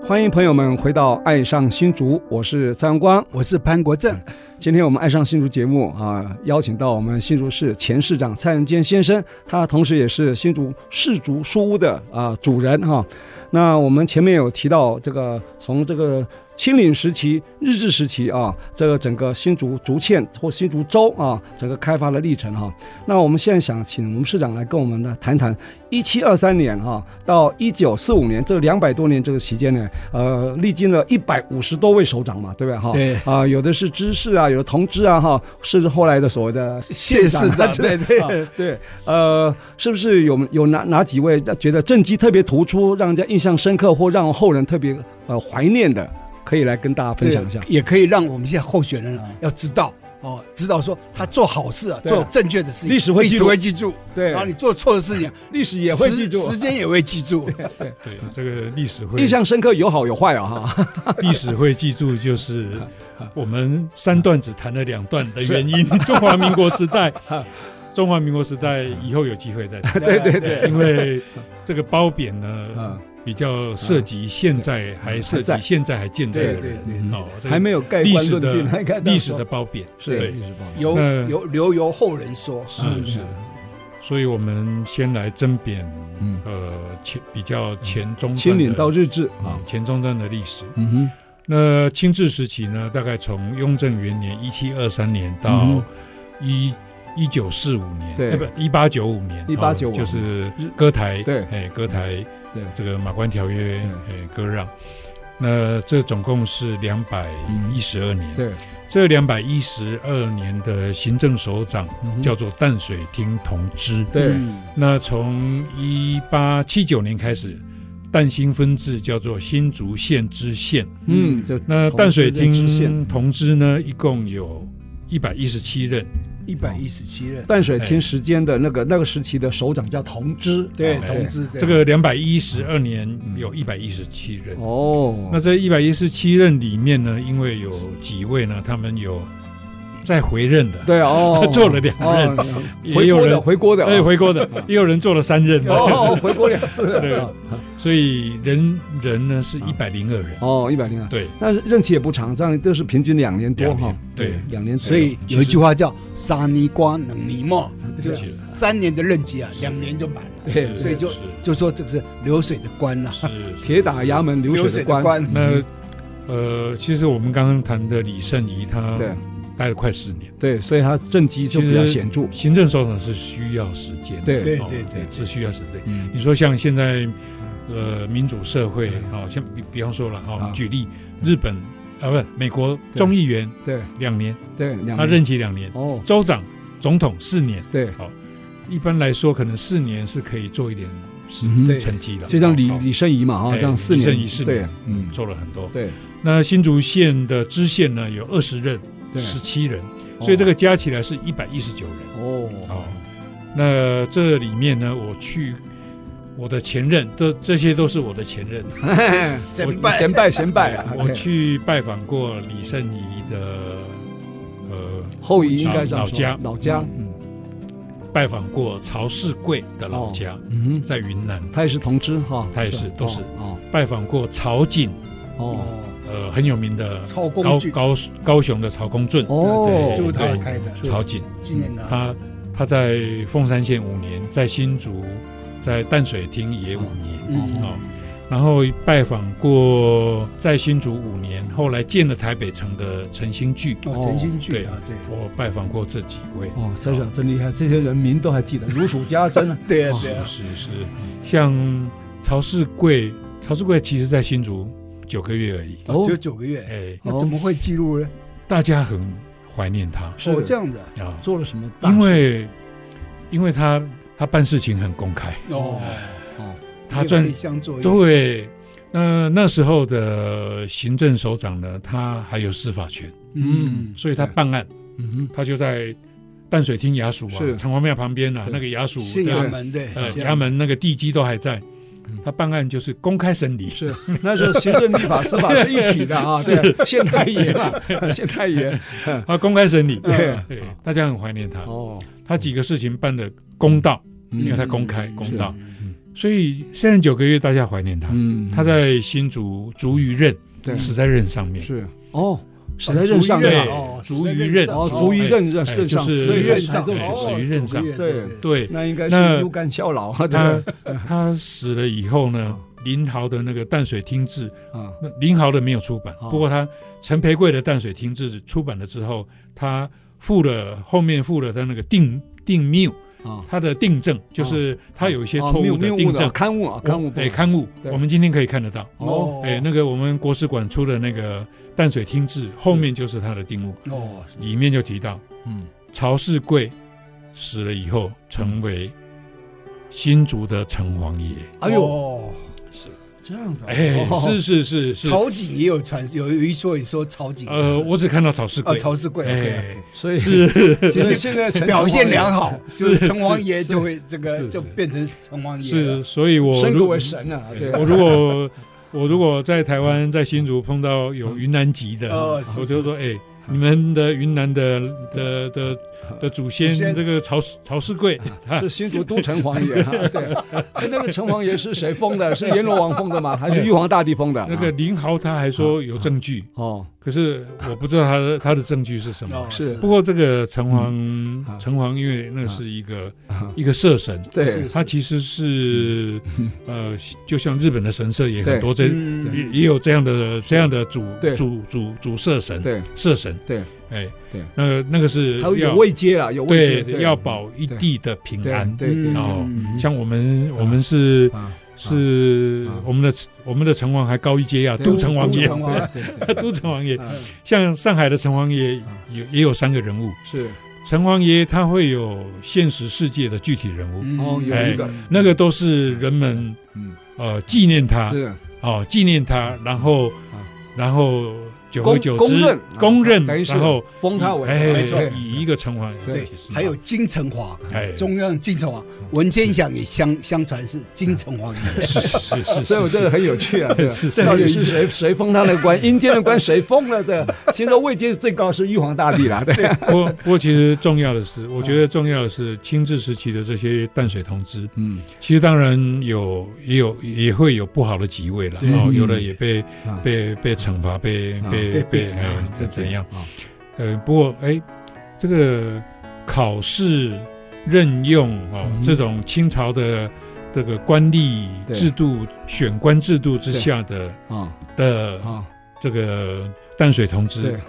[SPEAKER 1] 欢迎朋友们回到《爱上新竹》，我是蔡阳光。
[SPEAKER 2] 我是潘 国正，
[SPEAKER 1] 今天我们《爱上新竹》节目啊，邀请到我们新竹市前市长蔡仁坚先生，他同时也是新竹市竹书屋的啊主人哈、那我们前面有提到这个，从这个清领时期、日治时期啊，这个整个新竹竹堑或新竹州啊，整个开发的历程哈、那我们现在想请我们市长来跟我们呢谈谈一七二三年哈、到一九四五年这两百多年这个期间呢，呃，历经了一百五十多位首长嘛，对不对哈？
[SPEAKER 2] 对
[SPEAKER 1] 啊、有的是知事啊，有的同知啊哈，甚至后来的所谓的
[SPEAKER 2] 谢市
[SPEAKER 1] 县
[SPEAKER 2] 长，
[SPEAKER 1] 啊
[SPEAKER 2] 对 对
[SPEAKER 1] 啊，对，呃，是不是有有哪哪几位觉得政绩特别突出，让人家印象深刻，或让后人特别呃怀念的，可以来跟大家分享一下
[SPEAKER 2] 对？也可以让我们现在候选人
[SPEAKER 1] 啊
[SPEAKER 2] 要知道哦，知道说他做好事啊，
[SPEAKER 1] 对啊
[SPEAKER 2] 做正确的事情，
[SPEAKER 1] 历史会记
[SPEAKER 2] 历
[SPEAKER 1] 录
[SPEAKER 2] 史会记住，
[SPEAKER 1] 对
[SPEAKER 2] 然，后你做错的事
[SPEAKER 3] 啊
[SPEAKER 2] 情
[SPEAKER 1] 历史也会
[SPEAKER 2] 时
[SPEAKER 1] 记住，
[SPEAKER 2] 时间也会记住。
[SPEAKER 3] 对，这个历史会
[SPEAKER 1] 印象深刻有好有坏啊哈。
[SPEAKER 3] 历史会记住， 就是我们三段只谈了两段的 原因。中华民国时代，中华民国时代以后有机会 再谈，
[SPEAKER 2] 对对
[SPEAKER 3] 对，因为这个褒贬呢
[SPEAKER 1] 嗯，
[SPEAKER 3] 比较涉及现在，还涉
[SPEAKER 1] 还在
[SPEAKER 3] 及现在还健在的
[SPEAKER 2] 对
[SPEAKER 3] 人
[SPEAKER 2] 对
[SPEAKER 1] 对
[SPEAKER 3] 哦，这个
[SPEAKER 1] 还没有盖
[SPEAKER 3] 历
[SPEAKER 1] 棺
[SPEAKER 3] 史
[SPEAKER 1] 论定，还
[SPEAKER 3] 的
[SPEAKER 1] 该这样
[SPEAKER 3] 历史
[SPEAKER 1] 说
[SPEAKER 3] 的褒贬
[SPEAKER 1] 是
[SPEAKER 3] 对
[SPEAKER 1] 历史报
[SPEAKER 2] 由
[SPEAKER 3] 那
[SPEAKER 2] 由留由后人说，
[SPEAKER 3] 是
[SPEAKER 2] 嗯
[SPEAKER 3] 是，所以我们先来甄别
[SPEAKER 1] 嗯
[SPEAKER 3] 呃前比较前中
[SPEAKER 1] 清领到
[SPEAKER 3] 段的
[SPEAKER 1] 日治啊
[SPEAKER 3] 啊，前中段的历史。
[SPEAKER 1] 嗯哼，
[SPEAKER 3] 那清治时期呢，大概从雍正元年一七二三年
[SPEAKER 1] 嗯
[SPEAKER 3] 到一一九四五年，
[SPEAKER 1] 对
[SPEAKER 3] 呃不一八九五年，
[SPEAKER 1] 1895
[SPEAKER 3] 哦就是割台，
[SPEAKER 1] 对
[SPEAKER 3] 哎，割台，
[SPEAKER 1] 对嗯
[SPEAKER 3] 这个马关条约，
[SPEAKER 1] 对
[SPEAKER 3] 哎，割让。那这总共是两百一十二年，
[SPEAKER 1] 对，
[SPEAKER 3] 这两百一十二年的行政首长
[SPEAKER 1] 嗯哼
[SPEAKER 3] 叫嗯做淡水厅同知，
[SPEAKER 1] 对
[SPEAKER 3] 那从一八七九年开始，淡新分治叫做新竹县知县。
[SPEAKER 1] 嗯，就
[SPEAKER 3] 那淡水
[SPEAKER 1] 同知县
[SPEAKER 3] 厅哎同知呢，一共有一百一十七任，
[SPEAKER 2] 一百一十七任，
[SPEAKER 1] 淡水厅时间的那个那个时期的首长叫同知，
[SPEAKER 2] 对，
[SPEAKER 3] 哎
[SPEAKER 2] 啊同志，对
[SPEAKER 3] 这个两百一十二年有一百一十七任。
[SPEAKER 1] 嗯哦，
[SPEAKER 3] 那这一百一十七任里面呢，因为有几位呢，他们有再回任的，
[SPEAKER 1] 对啊哦
[SPEAKER 3] ，做了两任，
[SPEAKER 1] 哦，
[SPEAKER 3] 也
[SPEAKER 1] 回
[SPEAKER 3] 有
[SPEAKER 1] 锅
[SPEAKER 3] 人
[SPEAKER 1] 的，回锅的，
[SPEAKER 3] 哎
[SPEAKER 1] 哦
[SPEAKER 3] 回锅的，也有人做了三 任的，
[SPEAKER 1] 哦，回锅两次，
[SPEAKER 3] 对
[SPEAKER 1] 啊
[SPEAKER 3] 所以人人呢是一百零二人，
[SPEAKER 1] 哦，一百零二，
[SPEAKER 3] 对，
[SPEAKER 1] 那任期也不长，这样都是平均两年多
[SPEAKER 3] 两
[SPEAKER 1] 哈
[SPEAKER 3] 年，对
[SPEAKER 1] 两年左右，
[SPEAKER 2] 所以有一句话叫“沙泥瓜冷泥磨”，就三年的任期啊，两年就满了，
[SPEAKER 1] 对
[SPEAKER 3] 是
[SPEAKER 2] 所以就是就说这个是流水的官啦、
[SPEAKER 3] 是是
[SPEAKER 1] 铁打衙门流
[SPEAKER 2] 流
[SPEAKER 1] 水
[SPEAKER 2] 水
[SPEAKER 1] 的官，
[SPEAKER 2] 官。
[SPEAKER 3] 那呃，其实我们刚刚谈的李圣仪，他
[SPEAKER 1] 对
[SPEAKER 3] 待了快十年，
[SPEAKER 1] 对，所以他政绩就比较显著，
[SPEAKER 3] 行政首长是需要时间的，
[SPEAKER 1] 对
[SPEAKER 2] 对
[SPEAKER 3] 哦
[SPEAKER 2] 对对
[SPEAKER 3] 是需要时间。
[SPEAKER 1] 嗯，
[SPEAKER 3] 你说像现在呃民主社会
[SPEAKER 1] 嗯，
[SPEAKER 3] 好、像比比方说了，
[SPEAKER 1] 啊
[SPEAKER 3] 哦，举例日本啊，不是美国众议员
[SPEAKER 1] 对
[SPEAKER 3] 两年，
[SPEAKER 1] 对，两
[SPEAKER 3] 他任期两年，
[SPEAKER 1] 哦，
[SPEAKER 3] 州长、总统四年，
[SPEAKER 1] 对，
[SPEAKER 3] 一般来说可能四年是可以做一点事
[SPEAKER 1] 嗯哼
[SPEAKER 2] 对
[SPEAKER 3] 成绩的，
[SPEAKER 1] 就像李
[SPEAKER 3] 哦
[SPEAKER 1] 李圣仪嘛啊，
[SPEAKER 3] 哎
[SPEAKER 1] 这样四
[SPEAKER 3] 李
[SPEAKER 1] 年
[SPEAKER 3] 胜仪，四
[SPEAKER 1] 对
[SPEAKER 3] 年，，
[SPEAKER 1] 嗯
[SPEAKER 3] 嗯，，做了很多。
[SPEAKER 1] 对
[SPEAKER 3] 那新竹县的知县呢，有二十任，
[SPEAKER 1] 对，
[SPEAKER 3] 十七人，
[SPEAKER 1] 哦
[SPEAKER 3] 所以这个加起来是一百一十九人。
[SPEAKER 1] 哦
[SPEAKER 3] 哦，那这里面呢，我去我的前任，这这些都是我的前任。
[SPEAKER 2] 神拜
[SPEAKER 1] 贤拜贤 拜，
[SPEAKER 3] 哎我
[SPEAKER 1] 对
[SPEAKER 3] 去拜访过李圣仪的，呃，
[SPEAKER 1] 后裔应该这样
[SPEAKER 3] 老
[SPEAKER 1] 说
[SPEAKER 3] 家
[SPEAKER 1] 老家，嗯
[SPEAKER 3] 拜访过曹世贵的老家，
[SPEAKER 1] 嗯哼，
[SPEAKER 3] 在云南；
[SPEAKER 1] 他也是同知哈，
[SPEAKER 3] 他也是
[SPEAKER 1] 吧
[SPEAKER 3] 都是
[SPEAKER 1] 哦
[SPEAKER 3] 拜访过曹景，
[SPEAKER 1] 哦
[SPEAKER 2] 哦，
[SPEAKER 3] 呃，很有名的
[SPEAKER 2] 超
[SPEAKER 3] 高
[SPEAKER 2] 工具，
[SPEAKER 3] 高高雄的曹公圳，
[SPEAKER 1] 哦，
[SPEAKER 2] 就是他
[SPEAKER 3] 啊对
[SPEAKER 2] 开的，
[SPEAKER 3] 曹景，
[SPEAKER 2] 纪念的啊。
[SPEAKER 3] 他他在凤山县五年，在新竹，在淡水厅也五年。
[SPEAKER 2] 嗯，
[SPEAKER 3] 哦，然后拜访过在新竹五年，后来建了台北城的陈兴聚，
[SPEAKER 2] 哦，陈兴聚啊，对
[SPEAKER 3] 我拜访过这几位。
[SPEAKER 1] 哦，猜想真厉害，这些人民都还记 得，如数家珍啊。
[SPEAKER 2] 对啊，对啊，
[SPEAKER 3] 是是，像曹世贵，曹世贵其实在新竹九个月而已，
[SPEAKER 1] 哦
[SPEAKER 2] 只有九个月，
[SPEAKER 3] 哎，
[SPEAKER 2] 那怎么会记录呢？
[SPEAKER 3] 大家很怀念他
[SPEAKER 1] 是
[SPEAKER 2] 哦，这样子啊，
[SPEAKER 3] 啊，
[SPEAKER 1] 做了什么大事？
[SPEAKER 3] 因为因为他他办事情很公开，
[SPEAKER 2] 哦，
[SPEAKER 1] 哦，
[SPEAKER 3] 他赚
[SPEAKER 2] 相作用，
[SPEAKER 3] 对。那那时候的行政首长呢，他还有司法权，
[SPEAKER 1] 嗯
[SPEAKER 3] 所以他办案
[SPEAKER 1] 嗯哼，
[SPEAKER 3] 他就在淡水厅衙署
[SPEAKER 1] 是
[SPEAKER 3] 啊，城隍庙旁边啊，
[SPEAKER 1] 对
[SPEAKER 3] 那个衙署
[SPEAKER 2] 县
[SPEAKER 3] 对
[SPEAKER 2] 衙
[SPEAKER 3] 啊
[SPEAKER 2] 门对，
[SPEAKER 3] 呃
[SPEAKER 2] 县
[SPEAKER 3] 衙门那个地基都还在
[SPEAKER 1] 嗯。
[SPEAKER 3] 他办案就是公开审理，
[SPEAKER 1] 是，那是行政、立法、司法是一体的 啊，对，县太爷嘛， 县太爷，
[SPEAKER 3] 他啊公开审理，
[SPEAKER 1] 对
[SPEAKER 3] 对，大家很怀念他。
[SPEAKER 1] 哦，
[SPEAKER 3] 他几个事情办的公道，
[SPEAKER 1] 嗯
[SPEAKER 3] 因为他公开公道，
[SPEAKER 1] 嗯
[SPEAKER 3] 所以三十九个月大家怀念他。
[SPEAKER 1] 嗯，
[SPEAKER 3] 他在新竹竹鱼任
[SPEAKER 1] 对
[SPEAKER 3] 死在任上面，
[SPEAKER 1] 是哦，死在任上
[SPEAKER 2] 哦
[SPEAKER 3] 对
[SPEAKER 1] 的，
[SPEAKER 3] 竹鱼任
[SPEAKER 1] 哦，逐一任任
[SPEAKER 3] 哎
[SPEAKER 1] 任上，
[SPEAKER 3] 就是
[SPEAKER 1] 死在任上
[SPEAKER 2] 上，
[SPEAKER 3] 对
[SPEAKER 2] 哦，
[SPEAKER 3] 属于任
[SPEAKER 2] 九
[SPEAKER 3] 上
[SPEAKER 2] 个月对，
[SPEAKER 3] 对
[SPEAKER 1] 那应该是
[SPEAKER 3] 那
[SPEAKER 1] 忧肝效劳啊，这哦
[SPEAKER 3] 他
[SPEAKER 1] 个
[SPEAKER 3] 他死了以后呢，林豪的那个淡水厅志
[SPEAKER 1] 啊，
[SPEAKER 3] 那林豪的没有出版，
[SPEAKER 1] 哦
[SPEAKER 3] 不过他陈培贵的《淡水听志》出版了之后，他附了后面附了他那个定定谬，
[SPEAKER 1] 啊，
[SPEAKER 3] 他的定正就是他有一些错误
[SPEAKER 1] 哦谬
[SPEAKER 3] 的
[SPEAKER 1] 谬
[SPEAKER 3] 定
[SPEAKER 1] 的
[SPEAKER 3] 正，哦
[SPEAKER 1] 刊物啊，刊物
[SPEAKER 3] 对刊物，
[SPEAKER 1] 对
[SPEAKER 3] 我们今天可以看得到。
[SPEAKER 1] 哦，
[SPEAKER 3] 哎，那个我们国史馆出的那个《淡水听志》后面就是他的定物，
[SPEAKER 2] 哦，
[SPEAKER 3] 里面就提到
[SPEAKER 1] 嗯，
[SPEAKER 3] 曹世贵死了以后成为新竹的城隍爷。
[SPEAKER 1] 哎呦，
[SPEAKER 2] 哦，
[SPEAKER 1] 这样子啊，
[SPEAKER 3] 哎，
[SPEAKER 1] 哦
[SPEAKER 3] 是是是是，
[SPEAKER 2] 曹景也有传，有有一说一说曹景也是，
[SPEAKER 3] 呃，我只看到曹世
[SPEAKER 2] 啊，
[SPEAKER 3] 贵，
[SPEAKER 2] 曹世贵
[SPEAKER 3] 哎
[SPEAKER 2] OK，
[SPEAKER 1] 所以
[SPEAKER 3] 是
[SPEAKER 1] 其实 现在陈
[SPEAKER 2] 表现
[SPEAKER 1] 诚
[SPEAKER 2] 良好，
[SPEAKER 3] 哎是
[SPEAKER 2] 城隍爷就会这
[SPEAKER 3] 是
[SPEAKER 2] 个
[SPEAKER 3] 是
[SPEAKER 2] 就变成城隍爷
[SPEAKER 3] 是，
[SPEAKER 2] 了，
[SPEAKER 3] 所以我
[SPEAKER 1] 升格
[SPEAKER 3] 如
[SPEAKER 1] 为神啊， 对，
[SPEAKER 3] 我如果我如果在台湾在新竹碰到有云南籍的，
[SPEAKER 2] 哦是
[SPEAKER 3] 我就说：“哎、你们的云南的的的的祖先
[SPEAKER 2] 祖先
[SPEAKER 3] 这个曹氏曹世贵，
[SPEAKER 1] 啊是新竹都城隍爷 啊，对，哎那个城隍爷是谁封的？是阎罗王封的 吗？还是玉皇大帝封的？
[SPEAKER 3] 那个林豪他还
[SPEAKER 1] 啊
[SPEAKER 3] 说有证据，
[SPEAKER 1] 哦，
[SPEAKER 3] 可是我不知道他的他的证据是什么。
[SPEAKER 2] 哦
[SPEAKER 1] 是
[SPEAKER 3] 不过这个城隍
[SPEAKER 1] 啊
[SPEAKER 3] 城隍，因为那是一个
[SPEAKER 1] 啊
[SPEAKER 3] 一个社神，
[SPEAKER 1] 对，
[SPEAKER 3] 他其实 是呃，就像日本的神社也很多这
[SPEAKER 2] 真
[SPEAKER 3] 也也有这样的这样的主
[SPEAKER 1] 对
[SPEAKER 3] 主主主社神，
[SPEAKER 1] 对，
[SPEAKER 3] 社神，
[SPEAKER 1] 对，
[SPEAKER 3] 哎，
[SPEAKER 1] 对，
[SPEAKER 3] 那个那个是
[SPEAKER 1] 他有
[SPEAKER 3] 要
[SPEAKER 1] 位阶了，有位阶，
[SPEAKER 3] 对要保一地的平
[SPEAKER 1] 对
[SPEAKER 3] 安。
[SPEAKER 1] 对对
[SPEAKER 3] 哦
[SPEAKER 1] 嗯
[SPEAKER 3] 像我们
[SPEAKER 1] 啊
[SPEAKER 3] 我们是
[SPEAKER 1] 啊，
[SPEAKER 3] 是
[SPEAKER 1] 啊
[SPEAKER 3] 我们的我们的城隍还高一阶啊，
[SPEAKER 1] 对
[SPEAKER 3] 都城隍
[SPEAKER 2] 都
[SPEAKER 3] 爷
[SPEAKER 2] 城，隍
[SPEAKER 1] 对对对
[SPEAKER 3] 都城隍爷。
[SPEAKER 1] 啊
[SPEAKER 3] 像上海的城隍爷
[SPEAKER 1] 啊
[SPEAKER 3] 有也有三个人物，
[SPEAKER 1] 是
[SPEAKER 3] 城隍爷他会有现实世界的具体人物，
[SPEAKER 2] 嗯
[SPEAKER 1] 哦，
[SPEAKER 2] 哎
[SPEAKER 1] 有一个
[SPEAKER 3] 嗯哎那个都是人们
[SPEAKER 1] 嗯
[SPEAKER 3] 呃纪念他
[SPEAKER 1] 是
[SPEAKER 3] 哦，纪念他，然后
[SPEAKER 1] 啊
[SPEAKER 3] 然后久而
[SPEAKER 1] 公
[SPEAKER 3] 久之
[SPEAKER 1] 公认啊
[SPEAKER 3] 公认，
[SPEAKER 1] 等于是
[SPEAKER 3] 然后
[SPEAKER 1] 封他为
[SPEAKER 3] 哎
[SPEAKER 2] 没错
[SPEAKER 3] 以一个城隍
[SPEAKER 1] 对
[SPEAKER 2] 对
[SPEAKER 3] 其，实
[SPEAKER 2] 还有金城华，
[SPEAKER 3] 哎
[SPEAKER 2] 中央金城华，
[SPEAKER 1] 嗯
[SPEAKER 2] 文天祥也相相传是金城华里面的。
[SPEAKER 3] 是是 是，
[SPEAKER 1] 所以我觉得很有趣 啊，对吧
[SPEAKER 3] 是是
[SPEAKER 1] 到底是谁谁封他的官？阴间的官谁封了？对，听说位阶最高是玉皇大帝啦，对，
[SPEAKER 3] 不过不过其实重要的是，我觉得重要的是清治时期的这些淡水同志，
[SPEAKER 1] 嗯，
[SPEAKER 3] 其实当然有也有也会有不好的几位了，
[SPEAKER 1] 对
[SPEAKER 3] 哦，
[SPEAKER 1] 嗯
[SPEAKER 3] 有的也被
[SPEAKER 1] 啊
[SPEAKER 3] 被被惩罚，被
[SPEAKER 1] 啊
[SPEAKER 3] 被
[SPEAKER 2] 被
[SPEAKER 3] 被
[SPEAKER 2] 贬
[SPEAKER 3] 哎
[SPEAKER 2] 啊
[SPEAKER 3] 怎怎样？
[SPEAKER 1] 啊？
[SPEAKER 3] 呃，不过哎，这个考试任用哦，
[SPEAKER 1] 嗯
[SPEAKER 3] 这种清朝的这个官吏
[SPEAKER 1] 对
[SPEAKER 3] 制度、选官制度之下的
[SPEAKER 1] 啊
[SPEAKER 3] 的
[SPEAKER 1] 啊，
[SPEAKER 3] 这个淡水同
[SPEAKER 1] 对
[SPEAKER 3] 志，，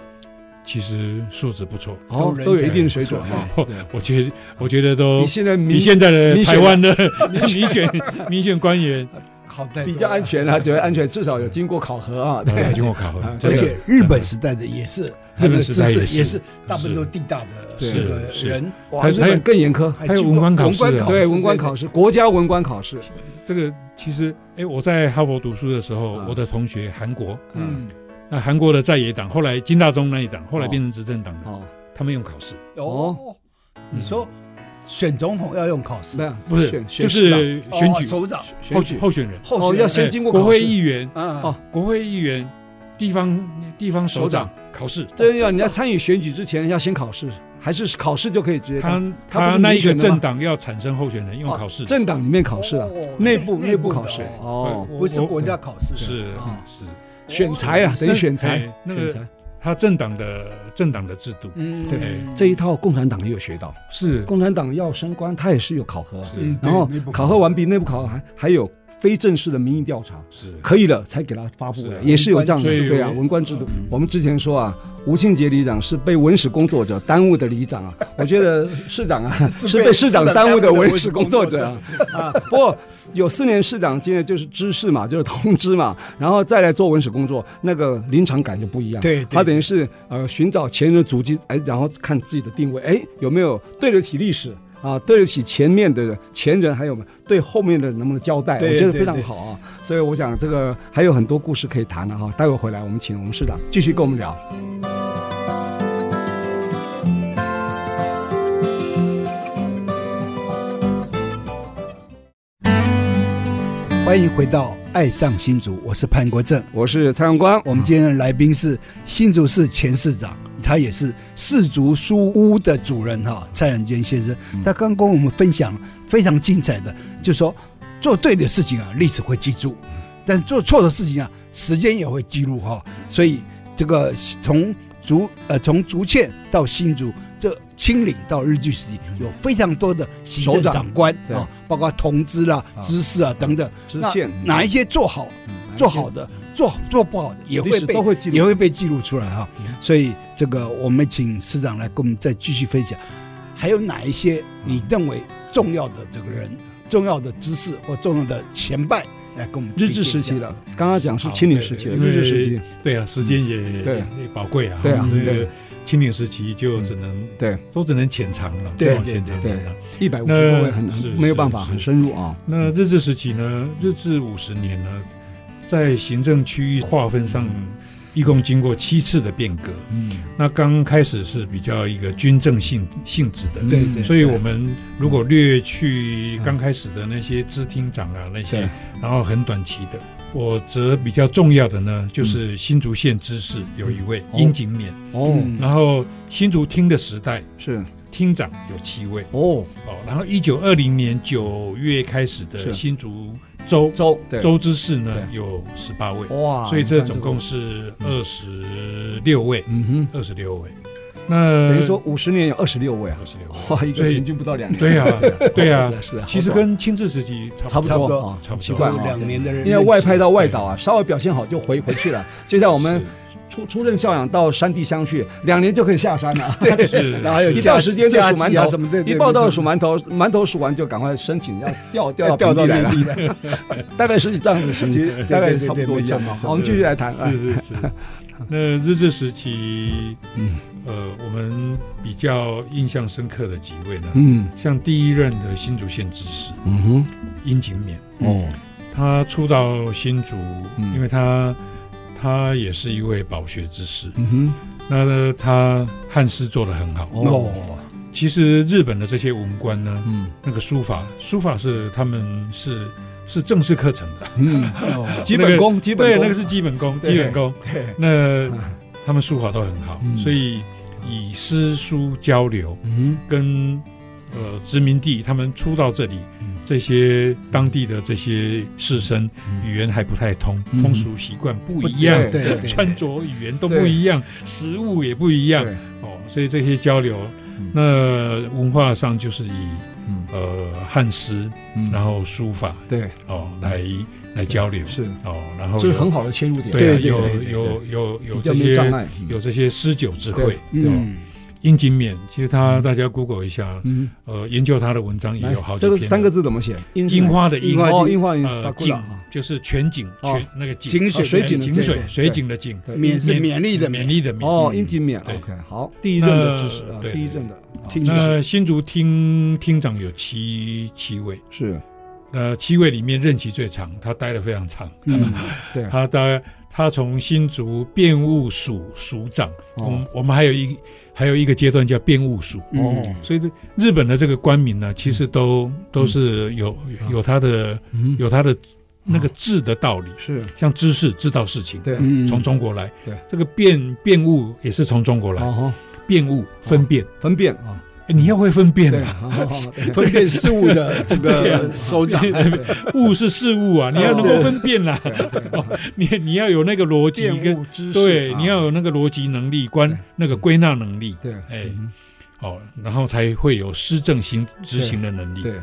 [SPEAKER 3] 其实素质不错。
[SPEAKER 1] 哦，都有一定水准啊，
[SPEAKER 3] 哦
[SPEAKER 1] 对，
[SPEAKER 3] 我觉得我觉得都
[SPEAKER 1] 比现在
[SPEAKER 3] 比
[SPEAKER 1] 民
[SPEAKER 3] 哦现在的
[SPEAKER 1] 民选
[SPEAKER 3] 台湾的 民选民选官员
[SPEAKER 2] 好在
[SPEAKER 1] 比较安全啊，觉得安全，至少有经过考核啊，对，
[SPEAKER 3] 呃经过考核
[SPEAKER 1] 啊，
[SPEAKER 3] 真
[SPEAKER 2] 而
[SPEAKER 3] 的
[SPEAKER 2] 且日本时代的也是这
[SPEAKER 3] 日
[SPEAKER 2] 个
[SPEAKER 3] 本时
[SPEAKER 2] 知
[SPEAKER 3] 代也
[SPEAKER 2] 识
[SPEAKER 3] 是
[SPEAKER 2] 也是大部分
[SPEAKER 3] 是
[SPEAKER 2] 都地大的
[SPEAKER 1] 是
[SPEAKER 2] 这个
[SPEAKER 3] 是
[SPEAKER 2] 人，
[SPEAKER 1] 哇，
[SPEAKER 3] 还
[SPEAKER 1] 日
[SPEAKER 3] 还有
[SPEAKER 1] 本更严苛，
[SPEAKER 3] 还有
[SPEAKER 2] 经
[SPEAKER 3] 文
[SPEAKER 2] 过
[SPEAKER 3] 官考
[SPEAKER 2] 文官
[SPEAKER 3] 试啊
[SPEAKER 2] 考
[SPEAKER 1] 对，
[SPEAKER 2] 试
[SPEAKER 1] 文官考试，国家文官考试，
[SPEAKER 3] 这个其实，哎，我在哈佛读书的时候，
[SPEAKER 1] 啊
[SPEAKER 3] 我的同学韩国，
[SPEAKER 1] 嗯，
[SPEAKER 3] 那韩国的在野党，后来金大中那一党，后来
[SPEAKER 1] 哦
[SPEAKER 3] 变成执政党的，
[SPEAKER 1] 哦，
[SPEAKER 3] 他们用考试，嗯
[SPEAKER 2] 哦，你说选总统要用考试，
[SPEAKER 1] 嗯那
[SPEAKER 3] 不是
[SPEAKER 1] 选选
[SPEAKER 3] 就
[SPEAKER 1] 市长
[SPEAKER 3] 是选举
[SPEAKER 2] 哦首长
[SPEAKER 1] 选
[SPEAKER 3] 候
[SPEAKER 1] 举
[SPEAKER 3] 候选人，
[SPEAKER 2] 候
[SPEAKER 1] 哦
[SPEAKER 2] 选
[SPEAKER 1] 要
[SPEAKER 2] 人
[SPEAKER 1] 先
[SPEAKER 3] 哎
[SPEAKER 1] 经过
[SPEAKER 3] 国
[SPEAKER 1] 考
[SPEAKER 3] 会
[SPEAKER 1] 试
[SPEAKER 3] 议员、
[SPEAKER 2] 嗯
[SPEAKER 1] 哦
[SPEAKER 3] 国会议员、地方地方首长考试，
[SPEAKER 1] 这要你要参与选举之前要先考试，还是考试就可以直接当？
[SPEAKER 3] 他
[SPEAKER 1] 他不是
[SPEAKER 3] 那
[SPEAKER 1] 民
[SPEAKER 3] 一个
[SPEAKER 1] 选的吗
[SPEAKER 3] 政党要产生候选人用
[SPEAKER 1] 哦
[SPEAKER 3] 考试，
[SPEAKER 1] 政党里面考试啊，
[SPEAKER 2] 哦
[SPEAKER 1] 内部
[SPEAKER 2] 内
[SPEAKER 1] 内部
[SPEAKER 2] 部的
[SPEAKER 1] 考试
[SPEAKER 2] 哦
[SPEAKER 1] 哦，
[SPEAKER 3] 对
[SPEAKER 2] 不是国家考试，
[SPEAKER 3] 是嗯
[SPEAKER 2] 啊，
[SPEAKER 3] 是，
[SPEAKER 1] 选材哦啊，等于选材
[SPEAKER 3] 哎，那
[SPEAKER 1] 选
[SPEAKER 3] 个
[SPEAKER 1] 材
[SPEAKER 3] 他政党的政党的制度，
[SPEAKER 2] 嗯，
[SPEAKER 1] 对
[SPEAKER 3] 哎
[SPEAKER 1] 这一套共产党也有学到，
[SPEAKER 3] 是
[SPEAKER 1] 共产党要升官，他也是有考核啊，
[SPEAKER 3] 是
[SPEAKER 2] 嗯，
[SPEAKER 1] 然后
[SPEAKER 2] 对内部
[SPEAKER 1] 考核完毕，内部考核还还有非正式的民意调查，
[SPEAKER 3] 是
[SPEAKER 1] 可以了才给他发布
[SPEAKER 3] 是啊
[SPEAKER 1] 的，也是有这样的
[SPEAKER 3] 所以
[SPEAKER 1] 对啊，
[SPEAKER 3] 我
[SPEAKER 1] 文官制度。我们之前说啊，吴庆杰里长是被文史工作者耽误的里长啊， 我觉得市长啊
[SPEAKER 2] 是
[SPEAKER 1] 是
[SPEAKER 2] 被
[SPEAKER 1] 被市长
[SPEAKER 2] 市长
[SPEAKER 1] 耽误的
[SPEAKER 2] 耽误的
[SPEAKER 1] 文史工作者啊。啊不过有四年市长经验就是知识嘛，就是通知嘛，然后再来做文史工作，那个临场感就不一样。
[SPEAKER 2] 对对
[SPEAKER 1] 他等于是呃寻找前人的足迹，哎，然后看自己的定位，哎，有没有对得起历史。啊，对得起前面的前人，还有对后面的人能不能交代，
[SPEAKER 2] 对
[SPEAKER 1] 哎我觉得
[SPEAKER 2] 对
[SPEAKER 1] 非常
[SPEAKER 2] 对
[SPEAKER 1] 好啊。所以我想这个还有很多故事可以谈的、啊哈。待会回来我们请我们市长继续跟我们聊。
[SPEAKER 2] 欢迎回到《爱上新竹》，我是潘国正。
[SPEAKER 1] 我是蔡荣光，
[SPEAKER 2] 我们今天的来宾是新竹市前市长，他也是市竹书屋的主人哈，蔡仁坚先生。他刚跟我们分享非常精彩的，就说做对的事情啊，历史会记住；但是做错的事情啊，时间也会记录哈。所以这个从竹呃从竹堑到新竹，这清领到日据时期，有非常多的行
[SPEAKER 1] 首
[SPEAKER 2] 政
[SPEAKER 1] 长
[SPEAKER 2] 长官
[SPEAKER 1] 对
[SPEAKER 2] 啊，包括同知啦
[SPEAKER 1] 啊、
[SPEAKER 2] 知识啊等等，
[SPEAKER 1] 知
[SPEAKER 2] 那
[SPEAKER 1] 县
[SPEAKER 2] 哪一些做好？
[SPEAKER 1] 嗯
[SPEAKER 2] 做好
[SPEAKER 1] 的
[SPEAKER 2] 的，做做不好的也
[SPEAKER 1] 历
[SPEAKER 2] 会
[SPEAKER 1] 史
[SPEAKER 2] 被
[SPEAKER 1] 都会记
[SPEAKER 2] 也
[SPEAKER 1] 录。
[SPEAKER 2] 会被记录出来哈、所以这个我们请市长来跟我们再继续分享，还有哪一些你认为重要的这个人、重要的知识或重要的前辈来跟我们
[SPEAKER 1] 日
[SPEAKER 2] 推荐
[SPEAKER 1] 治
[SPEAKER 2] 一
[SPEAKER 1] 时
[SPEAKER 2] 下
[SPEAKER 1] 期的，刚刚讲是清领时期的，
[SPEAKER 3] 好对
[SPEAKER 1] 日治时期，
[SPEAKER 3] 对啊，时间也
[SPEAKER 1] 嗯对
[SPEAKER 3] 也宝贵啊，
[SPEAKER 1] 对啊
[SPEAKER 3] 这
[SPEAKER 1] 对
[SPEAKER 3] 个清领时期就只能
[SPEAKER 1] 对，
[SPEAKER 3] 都只能浅尝了，
[SPEAKER 2] 对
[SPEAKER 3] 只能
[SPEAKER 2] 对
[SPEAKER 3] 浅尝
[SPEAKER 2] 对
[SPEAKER 3] 浅尝。
[SPEAKER 1] 一百五十
[SPEAKER 3] 那
[SPEAKER 1] 多位很
[SPEAKER 3] 是
[SPEAKER 1] 很没有办法
[SPEAKER 3] 是
[SPEAKER 1] 很深入啊。
[SPEAKER 3] 那日治时期呢，日治五十年呢，在行政区域划分上，一共经过七次的变革。
[SPEAKER 1] 嗯，
[SPEAKER 3] 那刚开始是比较一个军政性性质的，
[SPEAKER 2] 对
[SPEAKER 1] 嗯
[SPEAKER 2] 对，
[SPEAKER 3] 所以我们如果略去
[SPEAKER 1] 嗯
[SPEAKER 3] 刚开始的那些支厅长啊那
[SPEAKER 1] 对
[SPEAKER 3] 些，然后很短期的，我则比较重要的呢，就是新竹县知事有一位
[SPEAKER 1] 哦
[SPEAKER 3] 殷景勉，
[SPEAKER 1] 哦
[SPEAKER 2] 嗯
[SPEAKER 3] 然后新竹厅的时代
[SPEAKER 1] 是
[SPEAKER 3] 厅长有七位
[SPEAKER 1] 哦
[SPEAKER 3] 哦，然后一九二零年九月开始
[SPEAKER 1] 是
[SPEAKER 3] 的新竹州
[SPEAKER 1] 州对
[SPEAKER 3] 州知事呢
[SPEAKER 1] 对
[SPEAKER 3] 有十八位，
[SPEAKER 1] 哇，
[SPEAKER 3] 所以
[SPEAKER 1] 你
[SPEAKER 3] 这
[SPEAKER 1] 看
[SPEAKER 3] 总
[SPEAKER 1] 个
[SPEAKER 3] 共是二十六位，
[SPEAKER 1] 嗯哼，
[SPEAKER 3] 二十六位。那
[SPEAKER 1] 等于说五十年有二十六位啊，
[SPEAKER 3] 二十六位，
[SPEAKER 1] 哇，一个
[SPEAKER 3] 所以
[SPEAKER 1] 平均不到两年。
[SPEAKER 3] 对 呀，对呀
[SPEAKER 1] 是，的是的，
[SPEAKER 3] 其实
[SPEAKER 1] 好爽
[SPEAKER 3] 跟清治时期差
[SPEAKER 1] 差
[SPEAKER 3] 不
[SPEAKER 1] 不
[SPEAKER 3] 多。
[SPEAKER 1] 多
[SPEAKER 2] 多
[SPEAKER 1] 啊，
[SPEAKER 3] 差不多
[SPEAKER 1] 奇怪
[SPEAKER 2] 有
[SPEAKER 1] 啊，
[SPEAKER 2] 两年的人
[SPEAKER 1] 因为外派
[SPEAKER 2] 到
[SPEAKER 1] 到外岛啊，稍微表现好就回回去了，就像我们出出任校长到山地乡去，两年就可以下山了。
[SPEAKER 3] 是是
[SPEAKER 2] 然后还有
[SPEAKER 1] 一
[SPEAKER 2] 假
[SPEAKER 1] 到时间就
[SPEAKER 2] 假
[SPEAKER 1] 数馒
[SPEAKER 2] 期啊
[SPEAKER 1] 头
[SPEAKER 2] 什么的，
[SPEAKER 1] 一报到数
[SPEAKER 2] 么
[SPEAKER 1] 馒头，馒头数完就赶快申请要调
[SPEAKER 2] 要
[SPEAKER 1] 调
[SPEAKER 2] 掉
[SPEAKER 1] 到
[SPEAKER 2] 到
[SPEAKER 1] 平地来
[SPEAKER 2] 内
[SPEAKER 1] 了，
[SPEAKER 2] 地来，
[SPEAKER 1] 大概是这样的情
[SPEAKER 2] 其
[SPEAKER 1] 形，
[SPEAKER 2] 实
[SPEAKER 1] 大概
[SPEAKER 2] 对
[SPEAKER 1] 差
[SPEAKER 2] 对
[SPEAKER 1] 不
[SPEAKER 2] 对
[SPEAKER 1] 多
[SPEAKER 2] 对，
[SPEAKER 1] 一
[SPEAKER 2] 没错
[SPEAKER 1] 样
[SPEAKER 2] 没。
[SPEAKER 1] 好，
[SPEAKER 2] 错
[SPEAKER 1] 我，们继续来谈。哎
[SPEAKER 3] 是是是。 那日治时期，
[SPEAKER 1] 嗯
[SPEAKER 3] 呃，我们比较印象深刻的几位呢，
[SPEAKER 1] 嗯
[SPEAKER 3] 像第一任的新竹县知事
[SPEAKER 1] 嗯哼
[SPEAKER 3] 殷景勉，
[SPEAKER 1] 哦
[SPEAKER 3] 他初到新竹，
[SPEAKER 1] 嗯
[SPEAKER 3] 因为他他也是一位饱学之士，
[SPEAKER 1] 嗯
[SPEAKER 3] 那他汉诗做得很好。
[SPEAKER 1] 哼，
[SPEAKER 2] 哦，
[SPEAKER 3] 其实日本的这些文官呢，
[SPEAKER 1] 嗯
[SPEAKER 3] 那个书法，书法是他们是是正式课程的，
[SPEAKER 1] 嗯，
[SPEAKER 2] 哦，
[SPEAKER 1] 基本功，基
[SPEAKER 3] 对，
[SPEAKER 1] 本
[SPEAKER 3] 那
[SPEAKER 1] 功
[SPEAKER 3] 个，是基本功，
[SPEAKER 1] 对
[SPEAKER 3] 基本功。
[SPEAKER 1] 对，
[SPEAKER 3] 那他们书法都很好，
[SPEAKER 1] 嗯
[SPEAKER 3] 所以以诗书交流
[SPEAKER 1] 嗯
[SPEAKER 3] 跟呃殖民地他们出到这里
[SPEAKER 1] 嗯，
[SPEAKER 3] 这些当地的这些士绅
[SPEAKER 1] 嗯
[SPEAKER 3] 语言还不太通，
[SPEAKER 1] 嗯
[SPEAKER 3] 风俗习惯不一样，
[SPEAKER 1] 对
[SPEAKER 2] 对对
[SPEAKER 3] 穿着语言都不一样，食物也不一样
[SPEAKER 1] 对
[SPEAKER 3] 哦，所以这些交流
[SPEAKER 1] 嗯，
[SPEAKER 3] 那文化上就是以
[SPEAKER 1] 嗯
[SPEAKER 3] 呃汉诗，
[SPEAKER 1] 嗯
[SPEAKER 3] 然后书法
[SPEAKER 1] 对，
[SPEAKER 3] 哦来来交流
[SPEAKER 1] 是，
[SPEAKER 3] 哦，然后
[SPEAKER 1] 这是
[SPEAKER 3] 有
[SPEAKER 1] 很好的切入点，
[SPEAKER 3] 对啊，
[SPEAKER 2] 对对
[SPEAKER 3] 有
[SPEAKER 2] 对
[SPEAKER 3] 有有有
[SPEAKER 1] 比较
[SPEAKER 3] 这
[SPEAKER 1] 没有障
[SPEAKER 3] 些
[SPEAKER 1] 碍，嗯
[SPEAKER 3] 有这些诗酒哦智慧
[SPEAKER 1] 对，
[SPEAKER 2] 嗯，
[SPEAKER 3] 殷勤勉，其实他大家 Google 一下，
[SPEAKER 1] 嗯，
[SPEAKER 3] 呃，研究他的文章也有好几
[SPEAKER 1] 这个
[SPEAKER 3] 篇。哦
[SPEAKER 1] 三个字怎么写？樱
[SPEAKER 3] 樱花的樱
[SPEAKER 1] 樱，花，
[SPEAKER 2] 哦
[SPEAKER 1] 樱花，樱
[SPEAKER 3] 呃，景
[SPEAKER 1] 花，
[SPEAKER 3] 就是全景，
[SPEAKER 1] 哦
[SPEAKER 3] 全那个景，
[SPEAKER 2] 井水
[SPEAKER 1] 啊水井的
[SPEAKER 3] 哎井水
[SPEAKER 2] 对对
[SPEAKER 3] 水井的井，
[SPEAKER 1] 对
[SPEAKER 2] 勉是勉励的
[SPEAKER 3] 勉
[SPEAKER 2] 勉，
[SPEAKER 3] 励的勉。
[SPEAKER 1] 哦，樱井勉
[SPEAKER 3] 嗯对
[SPEAKER 1] ，OK，好，第一任的知识，
[SPEAKER 3] 那
[SPEAKER 1] 啊
[SPEAKER 3] 对
[SPEAKER 1] 第一任的啊
[SPEAKER 2] 听着
[SPEAKER 3] 那新竹厅厅长有七七位，
[SPEAKER 1] 是，
[SPEAKER 3] 呃，七位里面任期最长，他待的非常长。
[SPEAKER 1] 嗯，对，
[SPEAKER 3] 他待他从新竹辩务署署长，我
[SPEAKER 1] 哦
[SPEAKER 3] 们我们还有一还有一个阶段叫辩务署，
[SPEAKER 2] 哦，
[SPEAKER 3] 所以这日本的这个官民呢，其实都都是有有他的
[SPEAKER 1] 啊嗯，
[SPEAKER 3] 有他的那个治的道理，
[SPEAKER 1] 是，
[SPEAKER 3] 像知识知道事情，
[SPEAKER 1] 对，
[SPEAKER 2] 嗯，
[SPEAKER 3] 从中国来。
[SPEAKER 1] 对，
[SPEAKER 3] 这个辨辨物也是从中国来，
[SPEAKER 1] 哦，
[SPEAKER 3] 辨物分辨，
[SPEAKER 1] 分辨啊，
[SPEAKER 3] 哎你要会分辨
[SPEAKER 1] 对，
[SPEAKER 3] 啊，
[SPEAKER 1] 好好好对
[SPEAKER 2] 分辨事物的这
[SPEAKER 3] 对啊
[SPEAKER 2] 个手掌，哎对
[SPEAKER 3] 物是事物啊，你要能够分辨啦，
[SPEAKER 1] 哦对对
[SPEAKER 3] 你你要有那个逻辑
[SPEAKER 1] 辨
[SPEAKER 3] 跟
[SPEAKER 1] 物知识，
[SPEAKER 3] 对，
[SPEAKER 1] 啊
[SPEAKER 3] 你要有那个逻辑能力，关
[SPEAKER 1] 对
[SPEAKER 3] 那个归纳能力，
[SPEAKER 1] 对，
[SPEAKER 3] 哎
[SPEAKER 1] 嗯
[SPEAKER 3] 哦，然后才会有施政行执行的能力。
[SPEAKER 1] 对，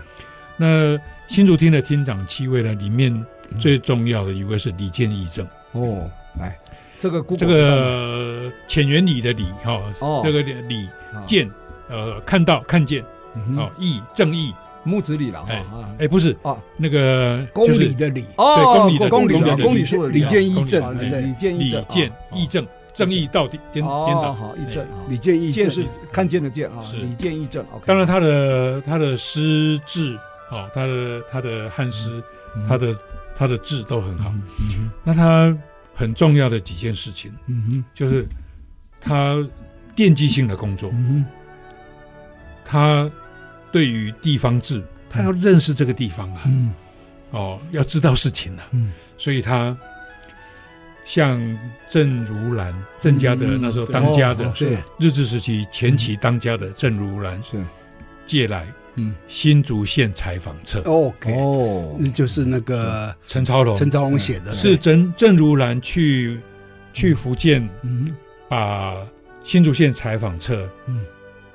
[SPEAKER 3] 那新竹厅的厅长七位呢，里面
[SPEAKER 1] 嗯
[SPEAKER 3] 最重要的一位是李建义正，
[SPEAKER 1] 哦，来，这个 Google
[SPEAKER 3] 这个浅原理的理哈，
[SPEAKER 1] 哦
[SPEAKER 3] 这个理
[SPEAKER 1] 啊
[SPEAKER 3] 见呃看到看见
[SPEAKER 1] 嗯哼
[SPEAKER 3] 哦义正义
[SPEAKER 1] 木子李了
[SPEAKER 3] 哎
[SPEAKER 1] 啊，
[SPEAKER 3] 哎不是
[SPEAKER 1] 哦
[SPEAKER 3] 那个
[SPEAKER 2] 公
[SPEAKER 3] 就
[SPEAKER 2] 理
[SPEAKER 3] 是
[SPEAKER 2] 的理，
[SPEAKER 1] 哦，
[SPEAKER 3] 对
[SPEAKER 1] 公
[SPEAKER 3] 公
[SPEAKER 1] 理
[SPEAKER 3] 理
[SPEAKER 1] 的
[SPEAKER 3] 的
[SPEAKER 1] 公理
[SPEAKER 2] 理
[SPEAKER 1] 说的
[SPEAKER 2] 理
[SPEAKER 1] 理
[SPEAKER 2] 见义正
[SPEAKER 1] 啊，
[SPEAKER 3] 公
[SPEAKER 2] 对
[SPEAKER 1] 理见义
[SPEAKER 3] 理
[SPEAKER 1] 正，啊
[SPEAKER 3] 见义正正义到底颠颠
[SPEAKER 1] 哦，
[SPEAKER 3] 倒。哎
[SPEAKER 1] 好义正啊，
[SPEAKER 2] 理见义
[SPEAKER 1] 见
[SPEAKER 2] 正，
[SPEAKER 1] 是看见的见啊，
[SPEAKER 3] 是
[SPEAKER 1] 理见义正，OK，
[SPEAKER 3] 当然他的他的诗志哦，他的他的汉诗，
[SPEAKER 1] 嗯
[SPEAKER 3] 他的他的志都很好。
[SPEAKER 1] 嗯哼
[SPEAKER 3] 那他很重要的几件事情
[SPEAKER 1] 嗯哼
[SPEAKER 3] 就是他奠基性的工作。
[SPEAKER 1] 嗯
[SPEAKER 3] 他对于地方志，他要认识这个地方啊，
[SPEAKER 1] 哼
[SPEAKER 3] 哦，要知道事情啊，
[SPEAKER 1] 嗯
[SPEAKER 3] 所以他像郑如兰，郑家的
[SPEAKER 1] 嗯
[SPEAKER 3] 那时候当家的、
[SPEAKER 1] 哦
[SPEAKER 2] 对，
[SPEAKER 3] 日治时期前期当家的郑如兰
[SPEAKER 1] 嗯是
[SPEAKER 3] 借来
[SPEAKER 1] 嗯
[SPEAKER 3] 新竹县采访册，
[SPEAKER 2] ，OK，
[SPEAKER 1] 哦
[SPEAKER 2] 那就是那个
[SPEAKER 3] 陈超龙
[SPEAKER 2] 陈昭龙写的，
[SPEAKER 3] 哦
[SPEAKER 1] 哎
[SPEAKER 3] 是郑郑如兰去去福建
[SPEAKER 1] 嗯
[SPEAKER 3] 把新竹县采访册，
[SPEAKER 1] 嗯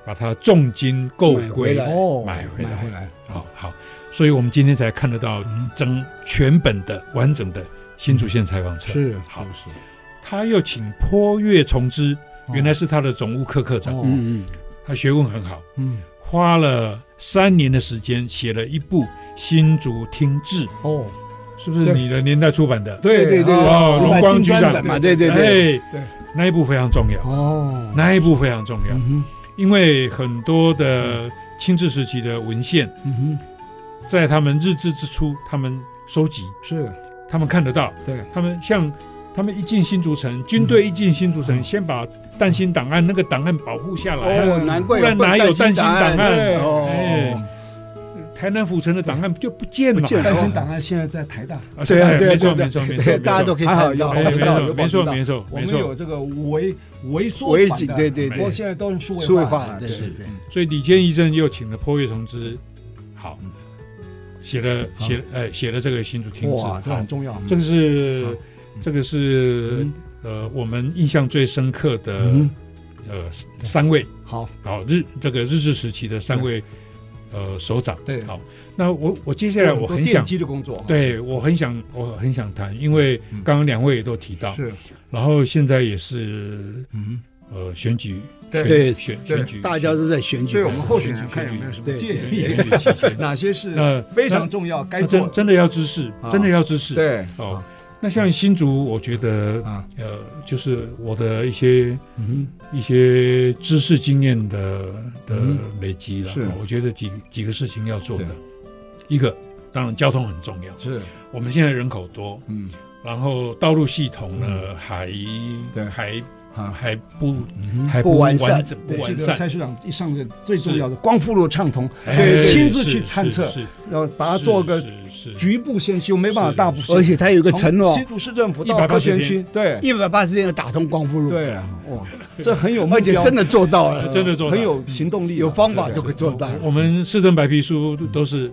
[SPEAKER 3] 把它重金购
[SPEAKER 2] 买回
[SPEAKER 3] 归
[SPEAKER 2] 来
[SPEAKER 1] 哦
[SPEAKER 3] 买回来
[SPEAKER 1] 买回来
[SPEAKER 3] 哦，好，所以我们今天才看得到
[SPEAKER 1] 嗯
[SPEAKER 3] 整全本的完整的新竹县采访册。
[SPEAKER 1] 是
[SPEAKER 3] 好
[SPEAKER 1] 是是
[SPEAKER 3] 他又请坡月从之，原来
[SPEAKER 1] 是
[SPEAKER 3] 是他的总务科科长，
[SPEAKER 1] 哦
[SPEAKER 2] 嗯嗯，
[SPEAKER 3] 他学问很好，
[SPEAKER 1] 嗯
[SPEAKER 3] 花了三年的时间写了一部《新竹听志》，
[SPEAKER 1] 哦
[SPEAKER 3] 是不是
[SPEAKER 1] 对
[SPEAKER 3] 你的年代出版的？
[SPEAKER 1] 对
[SPEAKER 2] 对对对
[SPEAKER 3] 哦
[SPEAKER 2] 我
[SPEAKER 3] 龙
[SPEAKER 2] 买
[SPEAKER 3] 光
[SPEAKER 2] 金
[SPEAKER 3] 局长哎
[SPEAKER 2] 砖版嘛，对对对，嗯
[SPEAKER 3] 对
[SPEAKER 1] 对，
[SPEAKER 3] 那一部非常重要，
[SPEAKER 1] 哦
[SPEAKER 3] 那一部非常重要，
[SPEAKER 1] 嗯
[SPEAKER 3] 因为很多
[SPEAKER 2] 嗯
[SPEAKER 3] 的清治时期的文献，
[SPEAKER 1] 哼嗯哼
[SPEAKER 3] 在他们日治之初，他们收集，
[SPEAKER 1] 是
[SPEAKER 3] 他们看得到，
[SPEAKER 1] 对
[SPEAKER 3] 他们像他们一进新竹城，军队一进新竹城，先把弹心档案那个档案保护下来啊，
[SPEAKER 2] 嗯哦，难怪
[SPEAKER 3] 不然哪有
[SPEAKER 2] 蛋
[SPEAKER 3] 蛋心档案？
[SPEAKER 2] 哦
[SPEAKER 3] 哎，台南府城的档案就不见了
[SPEAKER 2] 不见了
[SPEAKER 1] 爱心档案现在在台大
[SPEAKER 3] 啊
[SPEAKER 2] 对啊
[SPEAKER 3] 是
[SPEAKER 2] 对啊
[SPEAKER 3] 没错
[SPEAKER 2] 对
[SPEAKER 3] 没
[SPEAKER 2] 啊
[SPEAKER 3] 错没
[SPEAKER 2] 对
[SPEAKER 3] 错，
[SPEAKER 2] 大家都可以
[SPEAKER 1] 还好
[SPEAKER 2] 看到
[SPEAKER 1] 有
[SPEAKER 3] 哎没
[SPEAKER 1] 有
[SPEAKER 3] 错没错
[SPEAKER 1] 有
[SPEAKER 3] 没错
[SPEAKER 1] 我
[SPEAKER 3] 没
[SPEAKER 1] 们有
[SPEAKER 3] 错，
[SPEAKER 1] 这个微微缩
[SPEAKER 2] 微
[SPEAKER 1] 版
[SPEAKER 2] 景
[SPEAKER 1] 的
[SPEAKER 2] 对对
[SPEAKER 1] 不
[SPEAKER 3] 对
[SPEAKER 1] 过现在都是数
[SPEAKER 2] 数
[SPEAKER 1] 位
[SPEAKER 2] 位
[SPEAKER 1] 化
[SPEAKER 2] 化
[SPEAKER 1] 了
[SPEAKER 2] 对
[SPEAKER 1] 是
[SPEAKER 2] 对对，
[SPEAKER 3] 所以李建义正又请了坡月从之，好
[SPEAKER 1] 嗯，
[SPEAKER 3] 写了写哎写了这个新竹听志，
[SPEAKER 1] 哇，这个
[SPEAKER 3] 好
[SPEAKER 1] 很重要。
[SPEAKER 3] 这个是
[SPEAKER 1] 好
[SPEAKER 3] 这个是
[SPEAKER 1] 嗯
[SPEAKER 3] 呃我们印象最深刻的
[SPEAKER 1] 嗯，
[SPEAKER 3] 呃三位。
[SPEAKER 1] 好，
[SPEAKER 3] 好日这个日治时期的三位呃首长。
[SPEAKER 1] 对
[SPEAKER 3] 好，那我我接下来我很想
[SPEAKER 1] 奠，基的工作，，
[SPEAKER 3] 对我很想我很想谈，因为
[SPEAKER 1] 嗯
[SPEAKER 3] 刚刚两位也都提到，
[SPEAKER 1] 是，
[SPEAKER 3] 然后现在也是
[SPEAKER 1] 嗯，
[SPEAKER 3] 呃选举，
[SPEAKER 1] 对
[SPEAKER 3] 选
[SPEAKER 2] 对
[SPEAKER 3] 选
[SPEAKER 1] 对
[SPEAKER 3] 选举，
[SPEAKER 2] 大家都在选举
[SPEAKER 1] 对
[SPEAKER 2] 的
[SPEAKER 1] 我
[SPEAKER 2] 时
[SPEAKER 1] 们
[SPEAKER 2] 候，
[SPEAKER 1] 候选人看有没有什么
[SPEAKER 2] 对
[SPEAKER 1] 建
[SPEAKER 3] 选
[SPEAKER 1] 议，
[SPEAKER 3] 举期间
[SPEAKER 1] 哪些是
[SPEAKER 3] 那
[SPEAKER 1] 非常重要
[SPEAKER 3] 那
[SPEAKER 1] 该
[SPEAKER 3] 那
[SPEAKER 1] 做
[SPEAKER 3] 真
[SPEAKER 1] 的，
[SPEAKER 3] 真的要知识，真的要知识。
[SPEAKER 1] 对，
[SPEAKER 3] 哦，那像新竹，我觉得
[SPEAKER 1] 啊，
[SPEAKER 3] 呃，就是我的一些
[SPEAKER 1] 嗯
[SPEAKER 3] 一些知识经验的的
[SPEAKER 1] 嗯
[SPEAKER 3] 累积了。哦
[SPEAKER 1] 是
[SPEAKER 3] 我觉得几几个事情要做的
[SPEAKER 1] 对，
[SPEAKER 3] 一个当然交通很重要
[SPEAKER 1] 哼，。是，
[SPEAKER 3] 我们现在人口多，
[SPEAKER 1] 嗯
[SPEAKER 3] 然后道路系统呢，还
[SPEAKER 1] 对
[SPEAKER 3] 还
[SPEAKER 1] 啊
[SPEAKER 3] 还不
[SPEAKER 1] 嗯
[SPEAKER 3] 还
[SPEAKER 2] 不完
[SPEAKER 3] 完
[SPEAKER 2] 善
[SPEAKER 3] 整
[SPEAKER 2] 对
[SPEAKER 3] 不
[SPEAKER 1] 这
[SPEAKER 3] 完
[SPEAKER 1] 个
[SPEAKER 3] 善，
[SPEAKER 1] 菜市场一上面最重要的光复路畅通，
[SPEAKER 3] 哎
[SPEAKER 1] 对，亲自
[SPEAKER 3] 是
[SPEAKER 1] 去
[SPEAKER 3] 是
[SPEAKER 1] 探测，
[SPEAKER 3] 是
[SPEAKER 1] 要把它做个
[SPEAKER 3] 是是是
[SPEAKER 1] 局部先修，没办法
[SPEAKER 3] 是
[SPEAKER 1] 大部
[SPEAKER 2] 而且他有一个承诺
[SPEAKER 1] 新，竹市政府到
[SPEAKER 3] 180
[SPEAKER 1] 各选区，对
[SPEAKER 2] 一百八十天要打通光复路，
[SPEAKER 1] 对啊，哇，这很有目
[SPEAKER 2] 而且
[SPEAKER 1] 标，
[SPEAKER 2] 真的做到了，
[SPEAKER 3] 呃真的做到
[SPEAKER 1] 很有行动力啊，
[SPEAKER 2] 有方法
[SPEAKER 1] 对
[SPEAKER 2] 就可以做到。
[SPEAKER 3] 我们市政白皮书都是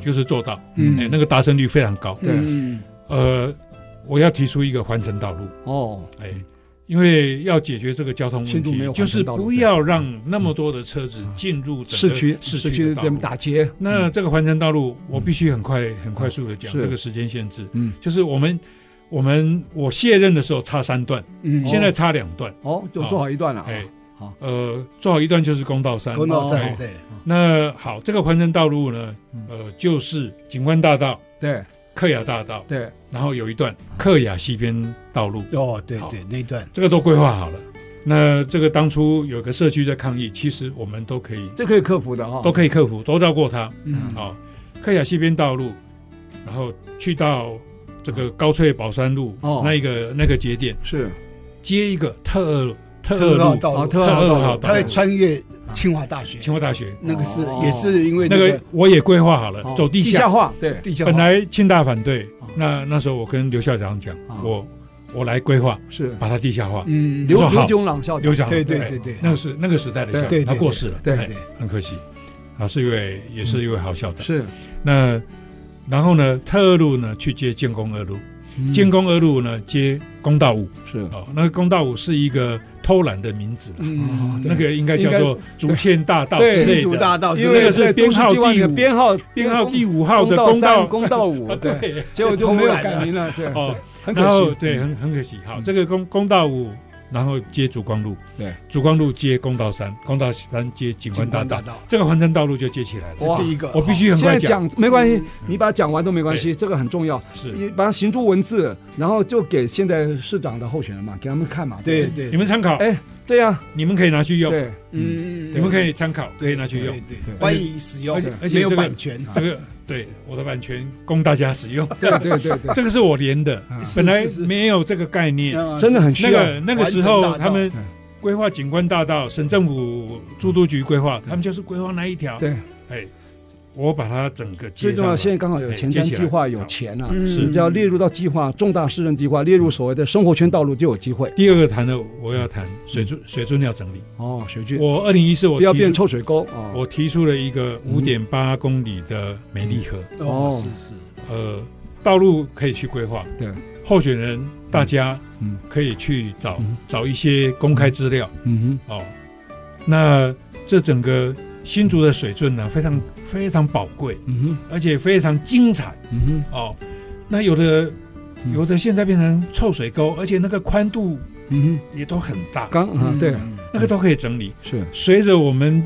[SPEAKER 3] 就是做到，哎，
[SPEAKER 2] 嗯，
[SPEAKER 3] 那个达成率非常高。
[SPEAKER 1] 对
[SPEAKER 2] 嗯，
[SPEAKER 3] 呃，我要提出一个环城道路，
[SPEAKER 1] 哦，
[SPEAKER 3] 哎，因为要解决这个交通
[SPEAKER 1] 新
[SPEAKER 3] 问
[SPEAKER 1] 竹没有
[SPEAKER 3] 题，
[SPEAKER 1] 环
[SPEAKER 3] 就
[SPEAKER 1] 城
[SPEAKER 3] 是
[SPEAKER 1] 道路
[SPEAKER 3] 不要让那么多的车子进入整个
[SPEAKER 1] 市区
[SPEAKER 3] 市
[SPEAKER 1] 市
[SPEAKER 3] 区
[SPEAKER 1] 区
[SPEAKER 3] 的道
[SPEAKER 1] 这
[SPEAKER 3] 路
[SPEAKER 1] 么。打劫，
[SPEAKER 3] 那这个环城道路，我必须很快、很快速的讲
[SPEAKER 1] 是
[SPEAKER 3] 这个时间限制。
[SPEAKER 1] 嗯，
[SPEAKER 3] 就是我们我们我卸任的时候差三段，
[SPEAKER 2] 嗯
[SPEAKER 3] 现在差两段。
[SPEAKER 1] 哦，就做好一段了啊，
[SPEAKER 3] 哎，
[SPEAKER 1] 好，
[SPEAKER 3] 呃，最好一段就是公道山。
[SPEAKER 2] 头脑
[SPEAKER 3] 哎
[SPEAKER 2] 上对，
[SPEAKER 3] 那好，这个环城道路呢，呃，就是景观大道、
[SPEAKER 1] 对
[SPEAKER 3] 客雅大道，
[SPEAKER 1] 对，
[SPEAKER 3] 然后有一段客雅西边道路，
[SPEAKER 2] 哦，对
[SPEAKER 3] 好
[SPEAKER 2] 对，那一段
[SPEAKER 3] 这个都规划好了。那这个当初有个社区在抗议，其实我们都可以
[SPEAKER 1] 这可以克服的啊哈，
[SPEAKER 3] 都可以克服，都绕过它。
[SPEAKER 2] 嗯
[SPEAKER 3] 好，克雅西边道路，然后去到这个高翠宝山路、
[SPEAKER 1] 哦
[SPEAKER 3] 那一个那个节点，
[SPEAKER 1] 是，
[SPEAKER 3] 接一个特二特
[SPEAKER 2] 特
[SPEAKER 3] 二
[SPEAKER 2] 道
[SPEAKER 3] 路，
[SPEAKER 2] 道
[SPEAKER 1] 好，
[SPEAKER 2] 路，
[SPEAKER 1] 特
[SPEAKER 3] 特二
[SPEAKER 1] 好道
[SPEAKER 3] 号特
[SPEAKER 2] 他
[SPEAKER 3] 二
[SPEAKER 2] 会
[SPEAKER 3] 路
[SPEAKER 2] 穿越清华大学，
[SPEAKER 3] 清华大学
[SPEAKER 2] 那个是
[SPEAKER 1] 哦
[SPEAKER 2] 也是因为
[SPEAKER 3] 那
[SPEAKER 2] 那
[SPEAKER 3] 个
[SPEAKER 2] 个
[SPEAKER 3] 我也规划好了，
[SPEAKER 1] 哦
[SPEAKER 3] 走地
[SPEAKER 1] 地下
[SPEAKER 3] 下。
[SPEAKER 1] 化，对，
[SPEAKER 2] 地下化
[SPEAKER 3] 本来清大反对
[SPEAKER 1] 哦，
[SPEAKER 3] 那那时候我跟刘校长讲，
[SPEAKER 1] 哦
[SPEAKER 3] 我我来规划，
[SPEAKER 1] 是
[SPEAKER 3] 把它地下化。
[SPEAKER 2] 嗯，
[SPEAKER 1] 刘
[SPEAKER 3] 做好
[SPEAKER 1] 刘炯朗校长，
[SPEAKER 3] 刘校长
[SPEAKER 2] 对对
[SPEAKER 3] 哎
[SPEAKER 2] 对对
[SPEAKER 3] 那个是那个时代的校
[SPEAKER 2] 对对
[SPEAKER 3] 长，他
[SPEAKER 2] 对
[SPEAKER 3] 过世了，
[SPEAKER 1] 对
[SPEAKER 3] 哎
[SPEAKER 2] 对
[SPEAKER 3] 很可惜。啊，是一位也是一位好校长。
[SPEAKER 1] 是
[SPEAKER 3] 那然后呢，特二路呢去接建工二路，建工二路呢接公道五
[SPEAKER 1] 嗯是，
[SPEAKER 3] 哦，那个公道五是一个偷懒的名字啦，
[SPEAKER 1] 嗯，
[SPEAKER 3] 那个应该叫做竹堑大道
[SPEAKER 1] 对
[SPEAKER 3] 之
[SPEAKER 2] 新
[SPEAKER 3] 类
[SPEAKER 2] 竹
[SPEAKER 3] 的，
[SPEAKER 2] 大道之
[SPEAKER 1] 因
[SPEAKER 2] 类
[SPEAKER 1] 为
[SPEAKER 3] 个
[SPEAKER 2] 的，
[SPEAKER 3] 是
[SPEAKER 1] 在
[SPEAKER 3] 编
[SPEAKER 1] 都市
[SPEAKER 3] 号
[SPEAKER 1] 计划
[SPEAKER 3] 第
[SPEAKER 1] 里面
[SPEAKER 3] 五
[SPEAKER 1] 编号
[SPEAKER 3] 编号第五号
[SPEAKER 1] 公
[SPEAKER 3] 的公
[SPEAKER 1] 道三
[SPEAKER 3] 道
[SPEAKER 1] 公道五
[SPEAKER 3] 啊，，
[SPEAKER 1] 对，
[SPEAKER 3] 对，
[SPEAKER 1] 结果就没有改名了，这样
[SPEAKER 3] 哦，
[SPEAKER 1] 很
[SPEAKER 3] 然
[SPEAKER 1] 可
[SPEAKER 3] 后
[SPEAKER 1] 惜，
[SPEAKER 3] 对，很很可惜，好，这个公公道五。然后接主光路，
[SPEAKER 1] 对，
[SPEAKER 3] 主光路接公道山，公道山接景观
[SPEAKER 2] 景
[SPEAKER 3] 大
[SPEAKER 2] 观
[SPEAKER 3] 道
[SPEAKER 2] 大，道
[SPEAKER 3] 这个环城道路就接起来了。
[SPEAKER 2] 是第一个，哦
[SPEAKER 3] 我必须很
[SPEAKER 1] 现
[SPEAKER 3] 快
[SPEAKER 1] 在
[SPEAKER 3] 讲，嗯
[SPEAKER 1] 讲没关系，你把它讲完都没关系，这个很重要。
[SPEAKER 3] 是
[SPEAKER 1] 你把它形诸文字，然后就给现在市长的候选人嘛，给他们看嘛。
[SPEAKER 2] 对对，
[SPEAKER 3] 你们参考
[SPEAKER 1] 哎，对呀，
[SPEAKER 3] 你们可以拿去用，
[SPEAKER 1] 对，
[SPEAKER 2] 嗯，
[SPEAKER 3] 你们可以参考，可以拿去用。
[SPEAKER 2] 对
[SPEAKER 1] 对
[SPEAKER 2] 对，欢迎使用
[SPEAKER 3] 而且而，且
[SPEAKER 2] 没有
[SPEAKER 3] 这个
[SPEAKER 2] 版权，
[SPEAKER 3] 这个对我的版权供大家使用，
[SPEAKER 1] 对对对对，
[SPEAKER 3] 这个是我连的
[SPEAKER 1] 嗯，
[SPEAKER 3] 本来
[SPEAKER 2] 是是是
[SPEAKER 3] 没有这个概念。
[SPEAKER 2] 嗯
[SPEAKER 1] 真的很需
[SPEAKER 3] 那
[SPEAKER 1] 要。
[SPEAKER 3] 个那个时
[SPEAKER 2] 环
[SPEAKER 3] 候，
[SPEAKER 2] 城大道
[SPEAKER 3] 他们
[SPEAKER 1] 嗯
[SPEAKER 3] 规划景观大道，省政府住都局规划，他们就是规划那一条。
[SPEAKER 1] 嗯
[SPEAKER 3] 哎
[SPEAKER 1] 对，
[SPEAKER 3] 我把它整个接
[SPEAKER 1] 最重要，现在
[SPEAKER 3] 上哎来。
[SPEAKER 1] 刚好有前瞻计划，有钱啊，
[SPEAKER 2] 嗯
[SPEAKER 3] 是
[SPEAKER 1] 只要列入到计划，重大市政计划列入所谓的生活圈道路就有机会。
[SPEAKER 3] 第二个谈的，我要谈水尊水尊料整理。
[SPEAKER 1] 哦，水军
[SPEAKER 3] 我二零一四我
[SPEAKER 1] 不要变嗯
[SPEAKER 3] 提出
[SPEAKER 1] 臭水沟哦。
[SPEAKER 3] 我提出了一个五点八公里的美丽河，
[SPEAKER 2] 哦，
[SPEAKER 1] 哦
[SPEAKER 2] 是是，
[SPEAKER 3] 呃，道路可以去规划，
[SPEAKER 1] 对，
[SPEAKER 3] 候选人大家
[SPEAKER 1] 嗯
[SPEAKER 3] 可以去找
[SPEAKER 1] 嗯
[SPEAKER 3] 找一些公开资料
[SPEAKER 1] 嗯
[SPEAKER 3] 哦。那这整个新竹的水圳呢，非常非常宝贵，
[SPEAKER 1] 哼，嗯
[SPEAKER 3] 而且非常精彩
[SPEAKER 1] 哼，嗯
[SPEAKER 3] 哦。那有的
[SPEAKER 1] 嗯
[SPEAKER 3] 有的现在变成臭水沟，而且那个宽度
[SPEAKER 1] 哼，嗯
[SPEAKER 3] 也都很大
[SPEAKER 1] 哼，，刚啊，对，
[SPEAKER 2] 嗯，
[SPEAKER 3] 那个都可以整理。
[SPEAKER 1] 是
[SPEAKER 3] 随着我们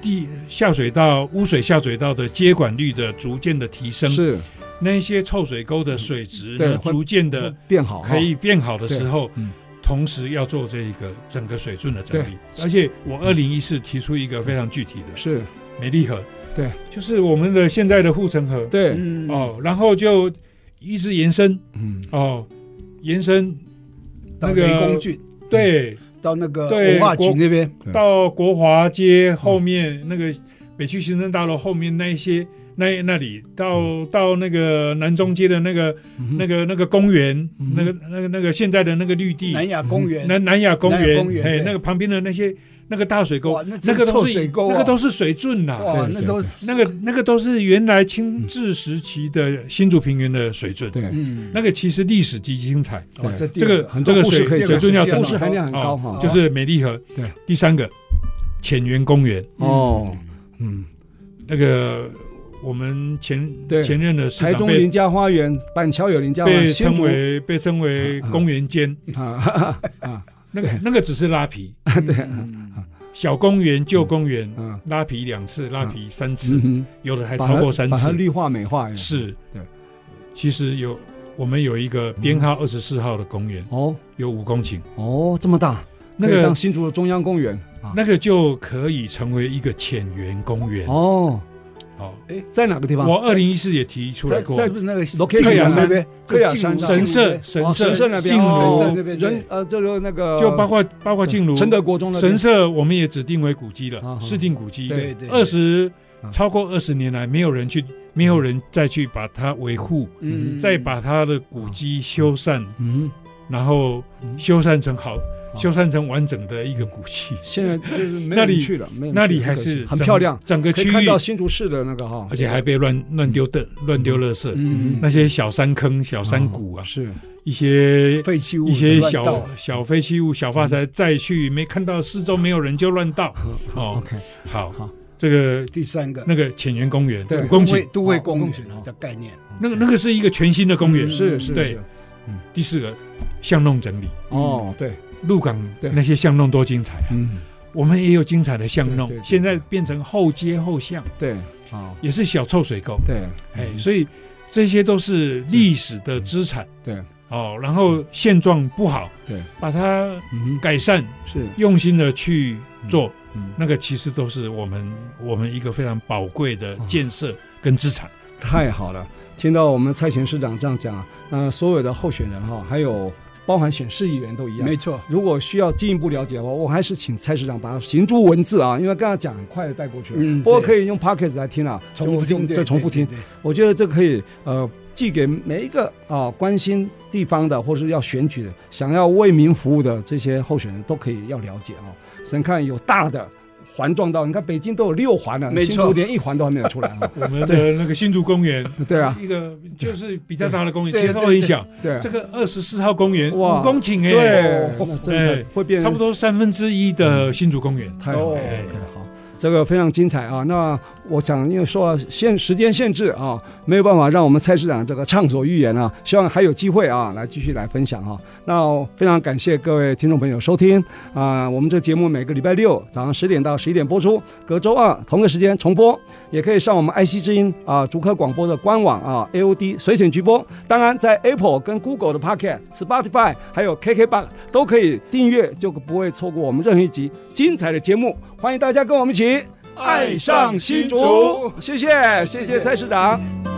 [SPEAKER 3] 地下水道、污水下水道的接管率的逐渐的提升，
[SPEAKER 1] 是嗯
[SPEAKER 3] 那一些臭水沟的水质
[SPEAKER 1] 对
[SPEAKER 3] 呢，
[SPEAKER 1] 会
[SPEAKER 3] 逐渐的
[SPEAKER 1] 变好哈，
[SPEAKER 3] 可以变好的时候
[SPEAKER 1] 对，嗯
[SPEAKER 3] 同时要做这一个整个水准的整理。
[SPEAKER 1] 对嗯
[SPEAKER 3] 而且我二零一四提出一个非常具体的
[SPEAKER 1] 是
[SPEAKER 3] 美丽河，
[SPEAKER 1] 对，
[SPEAKER 3] 就是我们的现在的护城河，
[SPEAKER 1] 对，
[SPEAKER 2] 嗯，
[SPEAKER 3] 哦，然后就一直延伸，
[SPEAKER 1] 嗯，
[SPEAKER 3] 哦，延伸
[SPEAKER 2] 到
[SPEAKER 3] 那个
[SPEAKER 2] 雷公郡，
[SPEAKER 3] 对
[SPEAKER 2] 到那个
[SPEAKER 3] 对
[SPEAKER 2] 文化局
[SPEAKER 3] 国
[SPEAKER 2] 那边，
[SPEAKER 1] 对
[SPEAKER 3] 到国华街后面、那个北区行政大楼后面那一些。那那里到
[SPEAKER 2] 嗯
[SPEAKER 3] 到那个南中街的那个、
[SPEAKER 1] 嗯
[SPEAKER 3] 那个那个公园，
[SPEAKER 1] 嗯
[SPEAKER 3] 那个那个那个现在的那个绿地，嗯
[SPEAKER 2] 南雅公园，
[SPEAKER 3] 南南亚公
[SPEAKER 2] 南
[SPEAKER 3] 园
[SPEAKER 2] 亚公，园
[SPEAKER 3] 哎，
[SPEAKER 2] 对
[SPEAKER 3] 那个旁边的那些那个大水沟
[SPEAKER 2] 哇，，那
[SPEAKER 3] 那
[SPEAKER 2] 这
[SPEAKER 3] 个
[SPEAKER 2] 臭
[SPEAKER 3] 都是
[SPEAKER 2] 水沟啊，
[SPEAKER 3] 那个都是水圳呐、
[SPEAKER 2] 哇，
[SPEAKER 1] 对
[SPEAKER 2] 那
[SPEAKER 1] 对
[SPEAKER 2] 都
[SPEAKER 3] 那个那个都是原来清治时期的新竹平原的水圳，
[SPEAKER 1] 对，
[SPEAKER 2] 嗯，
[SPEAKER 3] 那个其实历史极精彩
[SPEAKER 2] 哦，这第
[SPEAKER 3] 这
[SPEAKER 2] 二
[SPEAKER 3] 个
[SPEAKER 1] 很
[SPEAKER 3] 这
[SPEAKER 1] 多
[SPEAKER 3] 个
[SPEAKER 1] 故事
[SPEAKER 3] 水
[SPEAKER 1] 可以
[SPEAKER 3] 水圳要
[SPEAKER 1] 故
[SPEAKER 3] 整
[SPEAKER 2] 讲
[SPEAKER 1] 事
[SPEAKER 3] 理
[SPEAKER 1] 含量很高哈，
[SPEAKER 3] 就是美丽河，
[SPEAKER 1] 对，
[SPEAKER 3] 第三个浅园公园，
[SPEAKER 1] 哦，嗯，
[SPEAKER 3] 那个我们前
[SPEAKER 1] 对
[SPEAKER 3] 前任的市
[SPEAKER 1] 台
[SPEAKER 3] 长
[SPEAKER 1] 中
[SPEAKER 3] 被
[SPEAKER 1] 林家花园、板桥有林家花园，
[SPEAKER 3] 被
[SPEAKER 1] 新
[SPEAKER 3] 称
[SPEAKER 1] 竹
[SPEAKER 3] 为被称为
[SPEAKER 1] 啊啊
[SPEAKER 3] 公园间，
[SPEAKER 1] 啊啊
[SPEAKER 3] 那个那个只是拉皮，
[SPEAKER 2] 对，
[SPEAKER 3] 嗯小公园旧公园
[SPEAKER 1] 啊，
[SPEAKER 3] 拉皮两次，拉皮三次
[SPEAKER 1] 嗯，哼，
[SPEAKER 3] 有的还
[SPEAKER 1] 把
[SPEAKER 3] 超
[SPEAKER 1] 它
[SPEAKER 3] 过三
[SPEAKER 1] 把它
[SPEAKER 3] 次。
[SPEAKER 1] 绿化美化呀，
[SPEAKER 3] 是，
[SPEAKER 1] 对。嗯
[SPEAKER 3] 其实有我们有一个编号二十四号的公园，
[SPEAKER 1] 哦
[SPEAKER 3] 有五公顷，
[SPEAKER 1] 哦，这么大，
[SPEAKER 3] 那
[SPEAKER 1] 可以当
[SPEAKER 3] 个
[SPEAKER 1] 新竹的中央公园啊，
[SPEAKER 3] 那个就可以成为一个浅园公园。
[SPEAKER 1] 哦，
[SPEAKER 3] 哦，
[SPEAKER 1] 在哪个地方？
[SPEAKER 3] 我二零一四也提出来
[SPEAKER 2] 在
[SPEAKER 3] 过，
[SPEAKER 2] 在是那个
[SPEAKER 1] 罗克
[SPEAKER 3] 雅
[SPEAKER 2] 那
[SPEAKER 3] 山
[SPEAKER 2] 边，
[SPEAKER 1] 克雅
[SPEAKER 2] 进
[SPEAKER 1] 山
[SPEAKER 2] 入进入
[SPEAKER 3] 神社
[SPEAKER 2] 那
[SPEAKER 3] 神
[SPEAKER 1] 哦神社
[SPEAKER 3] 社
[SPEAKER 1] 那边
[SPEAKER 3] 信
[SPEAKER 1] 哦
[SPEAKER 3] 如
[SPEAKER 2] 神社那边
[SPEAKER 1] 人呃，就是那个
[SPEAKER 3] 就包括包括静茹
[SPEAKER 1] 承德国中的
[SPEAKER 3] 神社，我们也指定为古迹
[SPEAKER 1] 啊
[SPEAKER 3] 了，市定古迹。
[SPEAKER 2] 对对
[SPEAKER 3] 二十
[SPEAKER 1] 啊
[SPEAKER 3] 超过二十年来，没有人去，没有人再去把它维护，
[SPEAKER 1] 嗯
[SPEAKER 3] 再把它的古迹修缮，
[SPEAKER 1] 嗯，
[SPEAKER 3] 然后
[SPEAKER 1] 嗯
[SPEAKER 3] 修缮成好，
[SPEAKER 1] 啊
[SPEAKER 3] 修缮成完整的一个古迹。
[SPEAKER 1] 现在就是没有
[SPEAKER 3] 那
[SPEAKER 1] 人
[SPEAKER 3] 里
[SPEAKER 1] 去了，没有人
[SPEAKER 3] 那
[SPEAKER 1] 去
[SPEAKER 3] 里
[SPEAKER 1] 了
[SPEAKER 3] 还
[SPEAKER 1] 可惜
[SPEAKER 3] 是
[SPEAKER 1] 很
[SPEAKER 3] 整
[SPEAKER 1] 漂亮，
[SPEAKER 3] 整个
[SPEAKER 1] 可
[SPEAKER 3] 区
[SPEAKER 1] 以看
[SPEAKER 3] 域
[SPEAKER 1] 到，新竹市的那个哈
[SPEAKER 3] 而，且还被乱乱丢的乱丢垃圾，
[SPEAKER 1] 嗯哦
[SPEAKER 3] 那些小山坑、小山谷啊，
[SPEAKER 1] 是
[SPEAKER 3] 一些
[SPEAKER 2] 废弃物
[SPEAKER 3] 一些
[SPEAKER 2] 乱倒
[SPEAKER 3] 小小废弃物、小发财再去没看到四周没有人就乱倒。哦，
[SPEAKER 1] OK
[SPEAKER 3] 好
[SPEAKER 1] 好，
[SPEAKER 3] 这个
[SPEAKER 2] 第三个
[SPEAKER 3] 那个浅园公园
[SPEAKER 1] 对
[SPEAKER 3] 公
[SPEAKER 2] 都会
[SPEAKER 3] 顷，
[SPEAKER 2] 都会
[SPEAKER 1] 哦
[SPEAKER 2] 公
[SPEAKER 1] 公
[SPEAKER 2] 园
[SPEAKER 1] 园
[SPEAKER 2] 的概念，
[SPEAKER 3] 那个那个是一个全新的公园。
[SPEAKER 1] 是是
[SPEAKER 3] 对
[SPEAKER 1] 是
[SPEAKER 3] 第四个巷弄整理，
[SPEAKER 2] 嗯
[SPEAKER 1] 哦对，
[SPEAKER 3] 鹿港
[SPEAKER 1] 对
[SPEAKER 3] 那些巷弄多精彩啊！
[SPEAKER 1] 嗯
[SPEAKER 3] 我们也有精彩的巷
[SPEAKER 1] 对对
[SPEAKER 3] 弄，
[SPEAKER 1] 对
[SPEAKER 3] 现在变成后街后巷，
[SPEAKER 1] 对啊
[SPEAKER 3] 也是小臭水沟。
[SPEAKER 1] 对嗯
[SPEAKER 3] 哎，所以这些都是历史的资产。
[SPEAKER 1] 对
[SPEAKER 3] 哦，然后现状不好，
[SPEAKER 1] 对，
[SPEAKER 3] 把它
[SPEAKER 1] 嗯
[SPEAKER 3] 改善，
[SPEAKER 1] 是
[SPEAKER 3] 用心的去做，
[SPEAKER 1] 嗯
[SPEAKER 3] 那个其实都是我们我们一个非常宝贵的
[SPEAKER 1] 嗯
[SPEAKER 3] 建设跟资 产。
[SPEAKER 1] 太好了，听到我们蔡前市长这样讲啊，呃，所有的候选人哈，还有包含选市议员都一样
[SPEAKER 2] 没。错，
[SPEAKER 1] 如果需要进一步了解的话，我还是请蔡市长把它行诸文字啊，因为刚才讲很快的带过去了，
[SPEAKER 2] 嗯
[SPEAKER 1] 不过
[SPEAKER 2] 对
[SPEAKER 1] 可以用 p o c k e t 来听啊，
[SPEAKER 2] 重复
[SPEAKER 1] 就
[SPEAKER 2] 听
[SPEAKER 1] 再重复听。
[SPEAKER 2] 对对对
[SPEAKER 1] 我觉得这可以呃寄给每一个啊关心地方的，或是要选举的，想要为民服务的这些候选人都可以要了解啊。先看有大的环状道，你看北京都有六环了，
[SPEAKER 2] 没错
[SPEAKER 1] 新竹连一环都还没有出来啊。
[SPEAKER 3] 我们的那个新竹公园，
[SPEAKER 1] 对啊，
[SPEAKER 3] 一个就是比较大的公园，
[SPEAKER 2] 对
[SPEAKER 3] 其他都很小。
[SPEAKER 1] 对啊
[SPEAKER 3] 这，个二十四号公园五
[SPEAKER 1] 哇
[SPEAKER 3] 公顷
[SPEAKER 1] 对
[SPEAKER 3] 哎，，
[SPEAKER 1] 那真的会变
[SPEAKER 3] 差不多三分之一
[SPEAKER 1] 嗯
[SPEAKER 3] 的新竹公园。
[SPEAKER 1] 太好了，
[SPEAKER 2] 哦
[SPEAKER 1] 太好了。这个非常精彩啊！那我想，因为受到限时间限制啊，没有办法让我们蔡市长这个畅所欲言啊。希望还有机会啊，来继续来分享啊。那非常感谢各位听众朋友收听啊、我们这节目每个礼拜六早上十点到十一点播出，隔周二同个时间重播，也可以上我们爱惜之音啊、竹科广播的官网啊 AOD 随选直播。当然，在 Apple 跟 Google 的 Pocket、Spotify 还有 KKBox 都可以订阅，就不会错过我们任何一集精彩的节目。欢迎大家跟我们一起
[SPEAKER 2] 爱上新竹，
[SPEAKER 1] 谢谢，谢谢蔡市长。
[SPEAKER 2] 谢